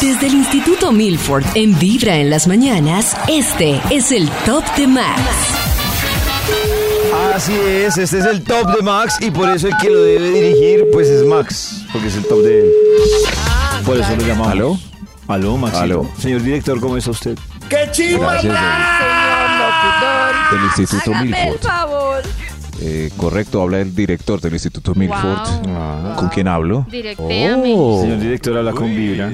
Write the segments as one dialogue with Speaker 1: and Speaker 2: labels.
Speaker 1: Desde el Instituto Milford en Vibra en las mañanas, este es el Top de Max.
Speaker 2: Así es, este es el top de Max y por eso el que lo debe dirigir pues es Max, porque es el top de él. Por eso lo llamamos.
Speaker 3: ¿Aló?
Speaker 2: Aló, Max.
Speaker 3: Aló.
Speaker 2: Señor director, ¿cómo está usted?
Speaker 4: ¡Qué chimba
Speaker 3: Gracias,
Speaker 4: más!
Speaker 3: Del Instituto
Speaker 5: Hágame el
Speaker 3: Milford.
Speaker 5: favor.
Speaker 3: Eh, correcto, habla el director del Instituto Milford. Ah, ¿Con quién hablo?
Speaker 6: Directéame.
Speaker 2: Señor director, habla con Vibra.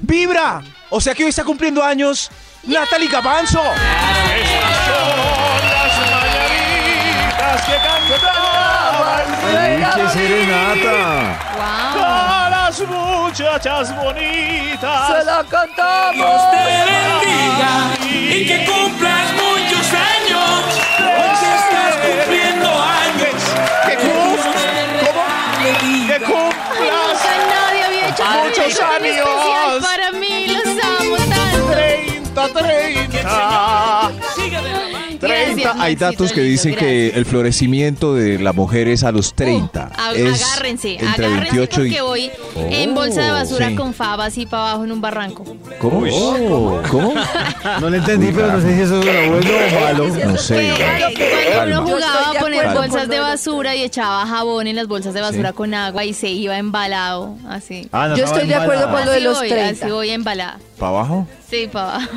Speaker 7: ¡Vibra! O sea que hoy está cumpliendo años Natalie Gabanzo.
Speaker 4: Que cantaban
Speaker 2: ¡Uy, qué serenata!
Speaker 6: Wow.
Speaker 4: a las muchachas bonitas.
Speaker 5: Se lo contamos.
Speaker 8: y que cumplas muchos años. Hoy sí estás cumpliendo años.
Speaker 4: Que cum- que cumplas
Speaker 6: Nunca nadie había hecho
Speaker 4: Muchos
Speaker 6: algo tan especial
Speaker 4: años.
Speaker 6: para mí. Los amo tanto.
Speaker 4: 30, 30.
Speaker 6: Gracias,
Speaker 3: Hay
Speaker 6: Maxito
Speaker 3: datos que
Speaker 6: lindo,
Speaker 3: dicen que
Speaker 6: gracias.
Speaker 3: el florecimiento de la mujer es a los 30.
Speaker 6: Uh, a-
Speaker 3: Es
Speaker 6: agárrense,
Speaker 3: entre
Speaker 6: agárrense
Speaker 3: 28 y...
Speaker 6: porque voy en bolsa de basura
Speaker 3: sí.
Speaker 6: con fava así para abajo en un barranco.
Speaker 3: ¿Cómo? ¿Cómo?
Speaker 2: No le entendí, pero no sé si eso es bueno o malo.
Speaker 3: No sé.
Speaker 6: Que-
Speaker 3: igual.
Speaker 6: que Cuando
Speaker 3: Calma.
Speaker 6: uno
Speaker 5: Yo estoy
Speaker 6: jugaba a
Speaker 5: de
Speaker 6: poner
Speaker 3: acuerdo
Speaker 6: bolsas
Speaker 5: con
Speaker 6: de
Speaker 5: Lolo.
Speaker 6: basura y echaba jabón en las bolsas de basura con agua y se iba embalado así.
Speaker 2: Ah, no
Speaker 5: Yo
Speaker 2: estaba
Speaker 5: estoy de acuerdo
Speaker 2: embalada.
Speaker 5: con lo de
Speaker 6: Así
Speaker 5: los
Speaker 6: voy,
Speaker 5: 30.
Speaker 6: Así voy embalada.
Speaker 3: ¿Para abajo?
Speaker 6: Sí, para abajo.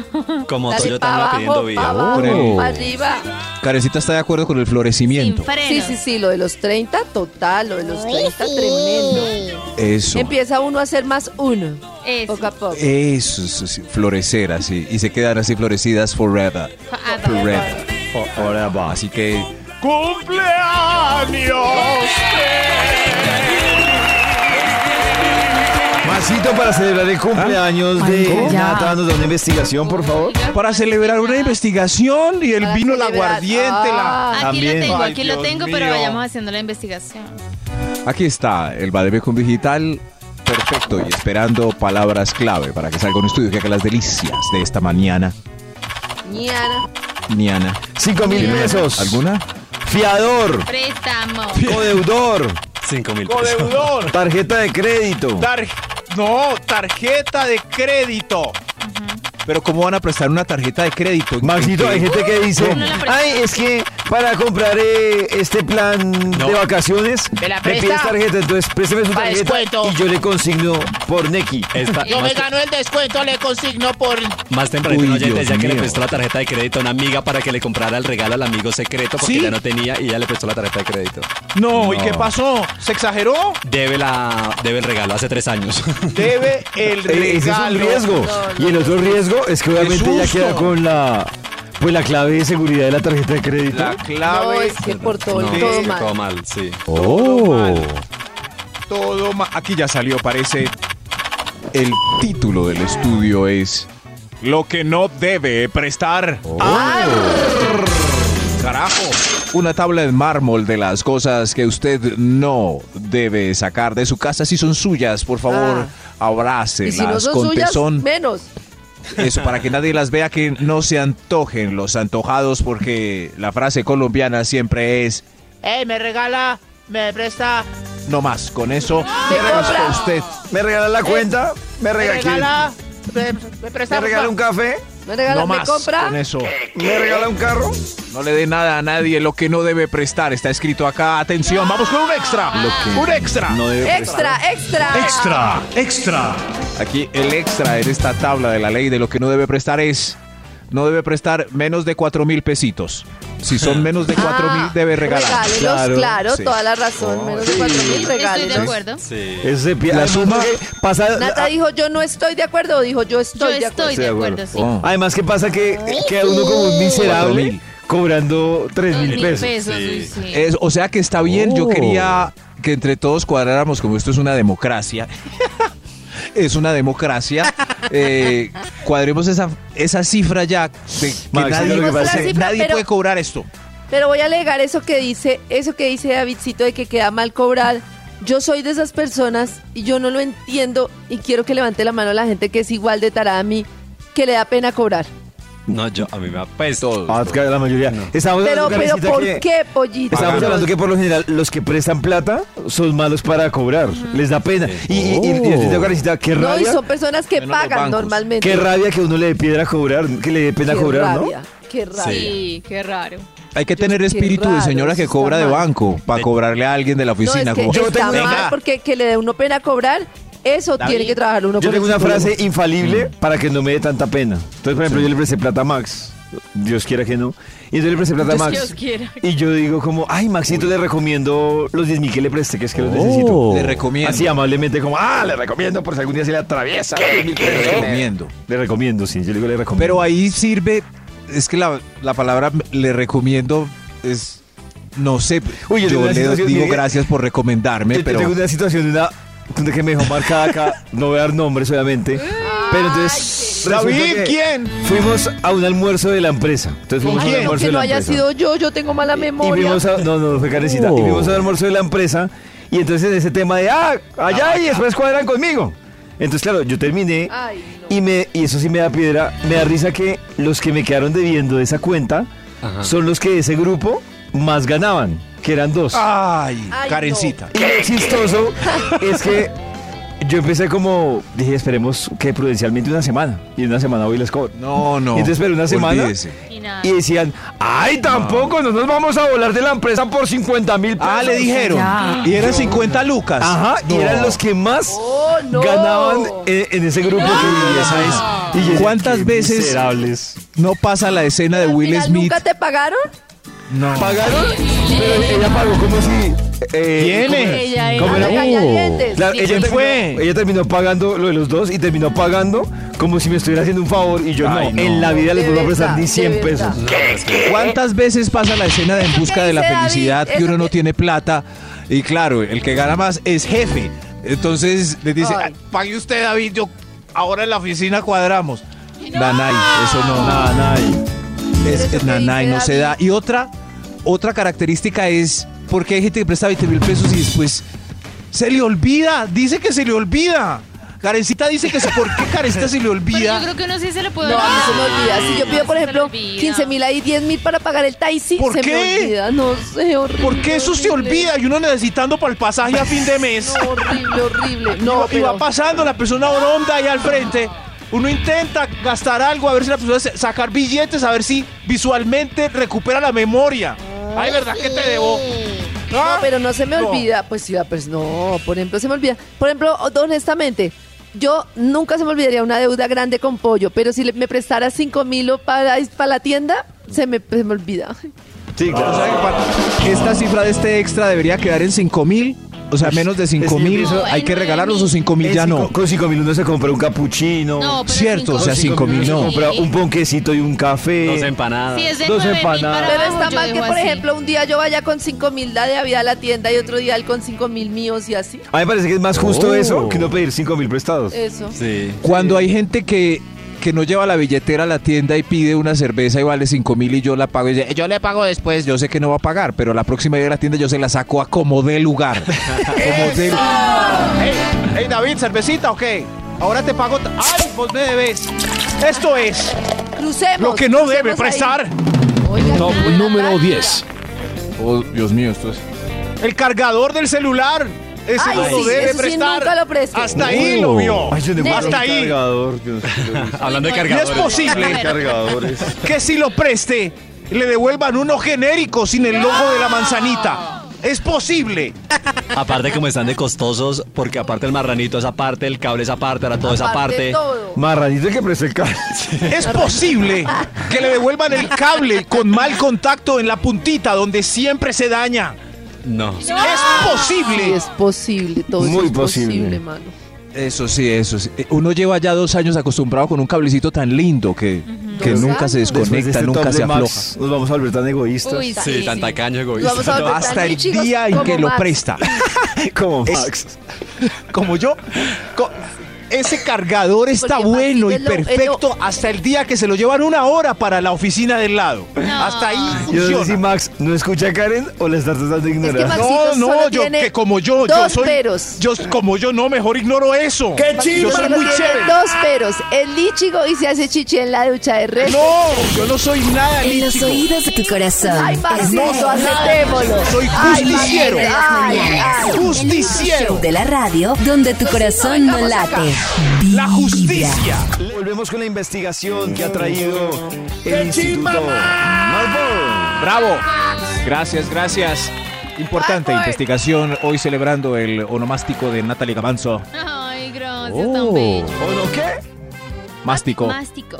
Speaker 8: Como
Speaker 5: Dale
Speaker 8: Toyota
Speaker 5: pa'
Speaker 8: anda pidiendo
Speaker 5: abajo, pa'
Speaker 8: vida.
Speaker 5: abajo,
Speaker 3: Hombre.
Speaker 5: pa' arriba.
Speaker 3: Karencita está de acuerdo con el
Speaker 6: Sin
Speaker 3: florecimiento.
Speaker 5: Sí,
Speaker 6: frenos.
Speaker 5: sí, sí, lo de los 30, total, lo de los 30, tremendo.
Speaker 3: Eso.
Speaker 5: Empieza uno a ser más uno,
Speaker 6: Eso.
Speaker 5: poco a poco.
Speaker 3: Eso, eso sí, florecer así. Y se quedan así florecidas forever.
Speaker 6: Forever.
Speaker 3: Forever.
Speaker 2: Oh,
Speaker 3: Así que
Speaker 4: Cumpleaños.
Speaker 2: Maxito, para celebrar el cumpleaños
Speaker 5: ¿Ah?
Speaker 2: de Nata, nos da una investigación, por favor.
Speaker 7: Para celebrar una investigación y el
Speaker 5: Para
Speaker 7: vino, la
Speaker 5: celebrar.
Speaker 7: guardiente, la...
Speaker 6: Aquí
Speaker 2: También.
Speaker 6: lo tengo,
Speaker 2: Ay,
Speaker 6: aquí lo
Speaker 2: Dios
Speaker 6: tengo, pero
Speaker 2: mío.
Speaker 6: vayamos haciendo la investigación.
Speaker 3: Aquí está el Bademecum Digital. Perfecto, y esperando palabras clave para que salga un estudio que haga las delicias de esta mañana.
Speaker 5: Ñana.
Speaker 3: Niana.
Speaker 2: Cinco mil pesos.
Speaker 3: ¿Alguna?
Speaker 2: Fiador,
Speaker 6: Préstamo.
Speaker 2: codeudor,
Speaker 8: 5 mil pesos.
Speaker 7: Codeudor.
Speaker 2: tarjeta de crédito.
Speaker 7: Tar- no, tarjeta de crédito.
Speaker 3: Pero ¿cómo van a prestar una tarjeta de crédito?
Speaker 2: Maxito, hay gente que dice,
Speaker 6: No la presto.
Speaker 2: ay, es que para comprar eh, este plan de vacaciones,
Speaker 5: ¿Me la
Speaker 2: me pides
Speaker 5: presta?
Speaker 2: tarjeta, entonces préstame su
Speaker 5: Pa'
Speaker 2: tarjeta
Speaker 5: descuento.
Speaker 2: y yo le consigno por Neki.
Speaker 8: Esta- más, te-
Speaker 5: el descuento, le consigno por...
Speaker 8: más temprano
Speaker 3: Uy,
Speaker 8: un oyente
Speaker 3: Dios
Speaker 8: decía que le
Speaker 3: mío.
Speaker 8: prestó la tarjeta de crédito a una amiga para que le comprara el regalo al amigo secreto porque
Speaker 7: ¿Sí?
Speaker 8: ya no tenía y ya le prestó la tarjeta de crédito.
Speaker 7: No, ¿y qué pasó? ¿Se exageró?
Speaker 8: Debe, la, debe el regalo hace tres años.
Speaker 7: Debe el
Speaker 2: Eh, Ese es un
Speaker 7: regalo.
Speaker 2: riesgo. Y el otro riesgo es que obviamente ya
Speaker 7: susto.
Speaker 2: queda con la, pues, la clave de seguridad de la tarjeta de crédito.
Speaker 3: La
Speaker 5: No,
Speaker 3: clave.
Speaker 5: Oh, es que por todo,
Speaker 8: No,
Speaker 5: todo
Speaker 8: es que todo
Speaker 5: mal.
Speaker 8: mal, sí.
Speaker 3: Oh.
Speaker 7: Todo ma- Aquí ya salió, parece.
Speaker 3: El título del estudio es.
Speaker 7: Lo que no debe prestar. Carajo.
Speaker 3: Una tabla de mármol de las cosas que usted no debe sacar de su casa. Si son suyas, por favor,
Speaker 5: Ah. Y
Speaker 3: abrácelas
Speaker 5: si no
Speaker 3: con
Speaker 5: son suyas,
Speaker 3: tesón.
Speaker 5: menos.
Speaker 3: Eso, para que nadie las vea, que no se antojen los antojados, porque la frase colombiana siempre es,
Speaker 5: Ey, me regala, me presta,
Speaker 3: no más, con eso
Speaker 5: Me
Speaker 3: basta
Speaker 5: compra.
Speaker 3: usted.
Speaker 2: ¿Me regala la cuenta? ¿Me regala,
Speaker 5: me, presta.
Speaker 2: ¿Me regala un café?
Speaker 5: Me regala,
Speaker 3: No
Speaker 5: me
Speaker 3: más,
Speaker 5: compra.
Speaker 3: con eso.
Speaker 2: ¿Me regala un carro?
Speaker 3: No le dé nada a nadie, lo que no debe prestar está escrito acá. Atención, vamos con un extra. Un extra.
Speaker 2: No debe
Speaker 5: Extra, extra.
Speaker 7: Extra, extra.
Speaker 3: Aquí el extra en esta tabla de la ley de lo que no debe prestar es, no debe prestar menos de cuatro mil pesitos. Si son menos de cuatro mil, debe regalar.
Speaker 5: Regálenos, Ah, claro, toda la razón. menos de cuatro mil
Speaker 6: Estoy de
Speaker 5: regálenos.
Speaker 6: acuerdo.
Speaker 8: Sí.
Speaker 2: Ese pi-
Speaker 3: La
Speaker 2: además,
Speaker 3: suma-
Speaker 2: que pasa,
Speaker 5: Nata dijo, yo no estoy de acuerdo. Dijo, yo
Speaker 6: Yo
Speaker 5: estoy de acuerdo.
Speaker 6: estoy de acuerdo, sí.
Speaker 3: Oh.
Speaker 2: Además, ¿qué pasa? Que queda uno como un miserable
Speaker 3: 4.000.
Speaker 2: cobrando 3
Speaker 6: Dos
Speaker 2: mil pesos.
Speaker 6: uy, sí.
Speaker 7: Eh.
Speaker 3: Es- o sea que está bien, yo
Speaker 2: Oh.
Speaker 3: quería que entre todos cuadráramos como esto es una democracia. es una democracia.
Speaker 7: eh, cuadremos esa, esa cifra ya de que
Speaker 2: Max,
Speaker 7: nadie,
Speaker 2: lo que pasa
Speaker 5: es que-
Speaker 7: nadie
Speaker 5: Pero-
Speaker 7: puede cobrar esto.
Speaker 5: Pero voy a alegar eso que dice, eso que dice Davidcito de que queda mal cobrar. Yo soy de esas personas y yo no lo entiendo y quiero que levante la mano la gente que es igual de tarada a mí, que le da pena cobrar.
Speaker 8: No, yo, a mí me apesta.
Speaker 2: Ah, claro, la mayoría. Estamos
Speaker 5: Pero,
Speaker 2: hablando,
Speaker 5: pero
Speaker 2: Karencita,
Speaker 5: ¿por
Speaker 2: que-
Speaker 5: qué, pollito?
Speaker 2: Estamos hablando que por lo general los que prestan plata son malos para cobrar. Les da pena. Y, y, y, y yo te digo, Karencita, qué
Speaker 5: No, y
Speaker 2: rabia.
Speaker 5: son personas que
Speaker 7: Menos los
Speaker 5: pagan
Speaker 7: bancos.
Speaker 5: normalmente.
Speaker 2: Qué rabia que uno le dé piedra a cobrar, que le dé pena
Speaker 5: Qué
Speaker 2: cobrar,
Speaker 5: rabia, Qué rabia.
Speaker 6: Sí, qué raro.
Speaker 7: Hay que tener
Speaker 5: qué
Speaker 7: espíritu de
Speaker 5: raro,
Speaker 7: señora que
Speaker 5: eso
Speaker 7: cobra de
Speaker 5: está mal.
Speaker 7: banco
Speaker 3: Eh,
Speaker 7: para cobrarle a alguien de la
Speaker 5: No,
Speaker 7: oficina.
Speaker 5: es que
Speaker 7: como,
Speaker 5: está
Speaker 7: "Venga,
Speaker 5: mal porque que le dé uno pena cobrar, eso tiene que trabajar uno
Speaker 2: ¿no? Yo
Speaker 5: con
Speaker 2: tengo
Speaker 5: el
Speaker 2: una
Speaker 5: psicólogo.
Speaker 2: frase
Speaker 7: Mm.
Speaker 2: infalible para que no me dé tanta pena. Entonces, por ejemplo, yo le presté plata a Max. Dios quiera que no. Y entonces le presté plata a Max.
Speaker 6: Dios quiera.
Speaker 2: Y yo digo como, ay, Maxito, le recomiendo los 10 mil que le preste, que es que
Speaker 7: Oh.
Speaker 2: los necesito.
Speaker 7: Le recomiendo.
Speaker 2: Oh. Así amablemente como, ah, le recomiendo por si algún día se le atraviesa. los 10.000
Speaker 7: Te
Speaker 2: pesos".
Speaker 7: recomiendo.
Speaker 2: Le recomiendo, sí, yo le digo, le recomiendo.
Speaker 7: Pero ahí sirve, es que la, la palabra le recomiendo es, no sé,
Speaker 2: Uy, yo tengo
Speaker 7: yo
Speaker 2: una
Speaker 7: le
Speaker 2: situación,
Speaker 7: digo
Speaker 2: Miguel.
Speaker 7: gracias por recomendarme,
Speaker 2: Yo- yo
Speaker 7: pero
Speaker 2: tengo una situación de una de que me dejó marcada acá, no voy a dar nombres obviamente, pero entonces... resulta que
Speaker 7: ¿quién?
Speaker 2: Fuimos a un almuerzo de la empresa. Entonces fuimos a un
Speaker 5: Ay, no,
Speaker 2: almuerzo
Speaker 5: que
Speaker 2: de
Speaker 5: no
Speaker 2: la
Speaker 5: haya
Speaker 2: empresa.
Speaker 5: sido yo, yo tengo mala
Speaker 2: y
Speaker 5: memoria.
Speaker 2: fuimos a, no, no, fue carecita. Y fuimos al almuerzo de la empresa y entonces ese tema de, ah, allá y después cuadran conmigo. Entonces, claro, yo terminé
Speaker 5: Ay, no.
Speaker 2: y, me, y eso sí me da piedra, me da risa que los que me quedaron debiendo de esa cuenta son los que de ese grupo más ganaban, que eran dos.
Speaker 7: Ay,
Speaker 5: Ay, no.
Speaker 7: Karencita.
Speaker 2: Y lo chistoso es que yo empecé como, dije, esperemos que prudencialmente una semana. Y en una semana hoy les cobro.
Speaker 7: No, no.
Speaker 2: Y entonces esperé una semana.
Speaker 7: olvídese.
Speaker 6: Y nada.
Speaker 2: Y decían, ay, tampoco, no nos vamos a volar de la empresa por 50 mil pesos.
Speaker 7: Ah, le dijeron. Y eran 50 lucas.
Speaker 2: Ajá, y
Speaker 7: No.
Speaker 2: eran los que más
Speaker 5: Oh, no.
Speaker 2: ganaban en, en ese grupo que vivía, ¿sabes? Y yo decía,
Speaker 7: ¿Cuántas
Speaker 2: qué
Speaker 7: veces?
Speaker 2: Miserables.
Speaker 7: No pasa la escena de
Speaker 5: Al
Speaker 7: Will
Speaker 5: final,
Speaker 7: Smith.
Speaker 5: ¿Nunca te pagaron?
Speaker 2: ¿Pagaron? Pero ella pagó como si... eh,
Speaker 7: ¿Quién
Speaker 2: como-
Speaker 7: es?
Speaker 6: Ella era-
Speaker 2: ¿Cómo
Speaker 5: Ah,
Speaker 2: era?
Speaker 5: la caña de dientes.
Speaker 2: Claro,
Speaker 5: Sí,
Speaker 2: ella
Speaker 5: sí,
Speaker 2: terminó,
Speaker 7: fue?
Speaker 2: Ella terminó pagando lo de los dos y terminó pagando como si me estuviera haciendo un favor y yo
Speaker 7: Ay,
Speaker 2: no,
Speaker 7: no.
Speaker 2: En la vida les
Speaker 5: De
Speaker 2: vuelvo a prestar
Speaker 5: verdad,
Speaker 2: ni
Speaker 5: de
Speaker 2: 100
Speaker 5: verdad.
Speaker 2: pesos.
Speaker 7: ¿Cuántas veces pasa la escena de en
Speaker 5: Eso
Speaker 7: busca
Speaker 5: que
Speaker 7: de la
Speaker 5: dice David,
Speaker 7: felicidad que
Speaker 5: eso
Speaker 7: uno no
Speaker 5: que-
Speaker 7: tiene plata? Y claro, el que gana más es jefe. Entonces le dice,
Speaker 5: Ay.
Speaker 7: "Ah, pague usted, David, yo ahora en la oficina cuadramos. Nanay, eso no.
Speaker 2: Nanay.
Speaker 7: Es
Speaker 5: Eso que
Speaker 7: nanay,
Speaker 5: dice
Speaker 7: no se da.
Speaker 5: David.
Speaker 7: Y otra, otra característica es porque hay gente que presta 20 mil pesos y después se le olvida. Dice que se le olvida. Karencita dice que se. ¿Por qué Karencita se le
Speaker 6: Pero yo
Speaker 7: olvida?
Speaker 6: creo que uno sí se le puede
Speaker 5: No, a mí
Speaker 6: olvidar.
Speaker 5: se me olvida. Si yo pido,
Speaker 6: Se
Speaker 5: por
Speaker 6: le
Speaker 5: ejemplo,
Speaker 6: olvida.
Speaker 5: 15 mil ahí, 10 mil para pagar el taxi,
Speaker 7: ¿Por
Speaker 5: se
Speaker 7: qué?
Speaker 5: me olvida. No sé, horrible.
Speaker 7: Porque eso se
Speaker 5: horrible.
Speaker 7: olvida y uno necesitando para el pasaje a fin de mes.
Speaker 5: No, horrible, horrible.
Speaker 7: No,
Speaker 5: No,
Speaker 7: y va
Speaker 5: pero,
Speaker 7: pasando la persona oronda ahí al frente. Uno intenta gastar algo, a ver si la persona se- sacar billetes, a ver si visualmente recupera la memoria. Ay, ¿verdad que te debo?
Speaker 5: no,
Speaker 7: ¿Ah?
Speaker 5: pero no se me
Speaker 7: No.
Speaker 5: olvida. Pues sí, ah, pues no, por ejemplo, se me olvida. Por ejemplo, honestamente, yo nunca se me olvidaría una deuda grande con pollo, pero si le- me prestara 5 mil o para, para la tienda, se me, se me olvida.
Speaker 2: Sí, claro.
Speaker 7: O sea, que para- esta cifra de este extra debería quedar en 5 mil. O sea, menos de 5 mil.
Speaker 2: eso-
Speaker 7: Hay que
Speaker 6: No, en
Speaker 7: regalarlos
Speaker 6: nueve
Speaker 7: o 5 mil
Speaker 2: En
Speaker 7: ya
Speaker 2: Eh, cinco-
Speaker 7: no.
Speaker 2: Con 5 mil uno se compra un capuchino.
Speaker 6: No, pero
Speaker 7: Cierto,
Speaker 6: cinco
Speaker 7: o sea,
Speaker 2: con
Speaker 7: cinco
Speaker 2: mil
Speaker 7: mil
Speaker 2: uno
Speaker 7: no.
Speaker 2: se compra un ponquecito y un café.
Speaker 8: Dos empanadas.
Speaker 6: Si es de
Speaker 2: Dos
Speaker 6: 9 mil
Speaker 2: empanadas.
Speaker 6: para
Speaker 5: Pero
Speaker 6: abajo,
Speaker 5: está
Speaker 6: yo
Speaker 5: mal que,
Speaker 6: dejo
Speaker 5: por
Speaker 6: así.
Speaker 5: ejemplo, un día yo vaya con 5 mil la de vida a la tienda y otro día él con 5 mil míos y así.
Speaker 2: A mí me parece que es más justo
Speaker 8: Oh.
Speaker 2: eso que no pedir 5 mil prestados.
Speaker 5: Eso.
Speaker 8: Sí.
Speaker 7: Cuando hay gente que, que no lleva la billetera a la tienda y pide una cerveza y vale 5 mil y yo la pago, y dice, yo le pago después, yo sé que no va a pagar, pero la próxima vez a la tienda yo se la saco a como de lugar. como de Hey, David, ¿cervecita o qué? Ahora te pago. ¡Ay, vos me debes! Esto es
Speaker 5: Crucemos. crucemos ahí. Oiga,
Speaker 8: Top
Speaker 6: Nada,
Speaker 8: número
Speaker 6: nada.
Speaker 8: 10.
Speaker 7: Oh, Dios mío, esto es. El cargador del celular. Ese
Speaker 5: Ay, sí, eso sí, nunca lo presto.
Speaker 7: Hasta ahí lo vio.
Speaker 2: Oh. Ay, yo le
Speaker 5: Hasta
Speaker 2: compré un
Speaker 7: ahí.
Speaker 2: Cargador, yo no sé qué es.
Speaker 8: Hablando de
Speaker 6: no, no,
Speaker 8: cargadores.
Speaker 7: no es posible.
Speaker 6: Pero-
Speaker 2: Cargadores.
Speaker 7: que si lo preste le devuelvan uno genérico sin el logo de la manzanita. Es posible.
Speaker 8: Aparte, como están de costosos, porque aparte el marranito es aparte, el cable es aparte, ahora todo es
Speaker 5: aparte de
Speaker 8: aparte.
Speaker 5: todo.
Speaker 2: Marranito el que presta el carro.
Speaker 7: Es posible que le devuelvan el cable con mal contacto en la puntita donde siempre se daña.
Speaker 8: No.
Speaker 7: Es
Speaker 5: Sí,
Speaker 7: posible.
Speaker 5: es posible, todo eso
Speaker 2: Muy
Speaker 5: es posible,
Speaker 2: posible.
Speaker 5: mano.
Speaker 7: Eso sí, eso sí. Eh, Uno lleva ya dos años acostumbrado con un cablecito tan lindo que, que
Speaker 5: Dos
Speaker 7: nunca se
Speaker 5: años.
Speaker 2: Después de
Speaker 7: desconecta,
Speaker 2: este
Speaker 7: nunca
Speaker 2: top
Speaker 7: se
Speaker 2: de Max,
Speaker 7: afloja.
Speaker 2: Nos vamos a volver tan egoístas.
Speaker 6: Uy,
Speaker 8: Sí,
Speaker 6: sí,
Speaker 8: tanta
Speaker 6: sí.
Speaker 8: caña
Speaker 5: Lo vamos a
Speaker 8: egoísta.
Speaker 5: volver
Speaker 7: Hasta
Speaker 5: tan
Speaker 7: el
Speaker 5: chicos
Speaker 7: día en
Speaker 5: como
Speaker 7: que lo
Speaker 5: Max.
Speaker 7: presta.
Speaker 2: Como
Speaker 7: Es-
Speaker 2: Max.
Speaker 7: Como yo. co-
Speaker 3: ese cargador está
Speaker 5: Porque
Speaker 3: bueno y
Speaker 5: Maxito es lo- es
Speaker 3: perfecto hasta el día que se lo llevan una hora para la oficina del lado.
Speaker 6: No.
Speaker 3: Hasta ahí
Speaker 2: Yo no sé si
Speaker 3: funciona.
Speaker 2: Max no escucha a Karen o la está tratando de
Speaker 5: que
Speaker 2: ignorar.
Speaker 5: Max-
Speaker 3: No,
Speaker 5: Maxito
Speaker 3: no,
Speaker 5: solo
Speaker 3: yo
Speaker 5: tiene
Speaker 3: que como yo, yo
Speaker 5: dos
Speaker 3: soy
Speaker 5: peros.
Speaker 3: yo como yo no, mejor ignoro eso.
Speaker 5: Maxito
Speaker 3: Yo soy
Speaker 5: solo
Speaker 3: muy
Speaker 5: tiene
Speaker 3: chévere.
Speaker 5: Dos peros. El lichigo y se hace chichi en la ducha de red.
Speaker 3: No, yo no soy nada
Speaker 1: En los
Speaker 3: lítico.
Speaker 1: oídos de tu corazón.
Speaker 5: Ay, Maxito,
Speaker 3: No,
Speaker 5: aceptémoslo.
Speaker 3: soy
Speaker 5: Ay,
Speaker 3: justiciero.
Speaker 5: Maxito, ay, ay.
Speaker 3: Justiciero.
Speaker 1: El único show de la radio donde tu corazón no
Speaker 5: vengamos
Speaker 1: late.
Speaker 3: La
Speaker 1: Vibra.
Speaker 3: justicia.
Speaker 2: Volvemos con la investigación que ha traído el Instituto Marlboro.
Speaker 7: Bravo. Gracias, gracias. Importante investigación hoy celebrando el onomástico de Natalie Gavanzo.
Speaker 6: Ay, gracias, tan
Speaker 7: Oh.
Speaker 6: bello.
Speaker 2: ¿O no qué?
Speaker 7: Mástico,
Speaker 6: Mástico.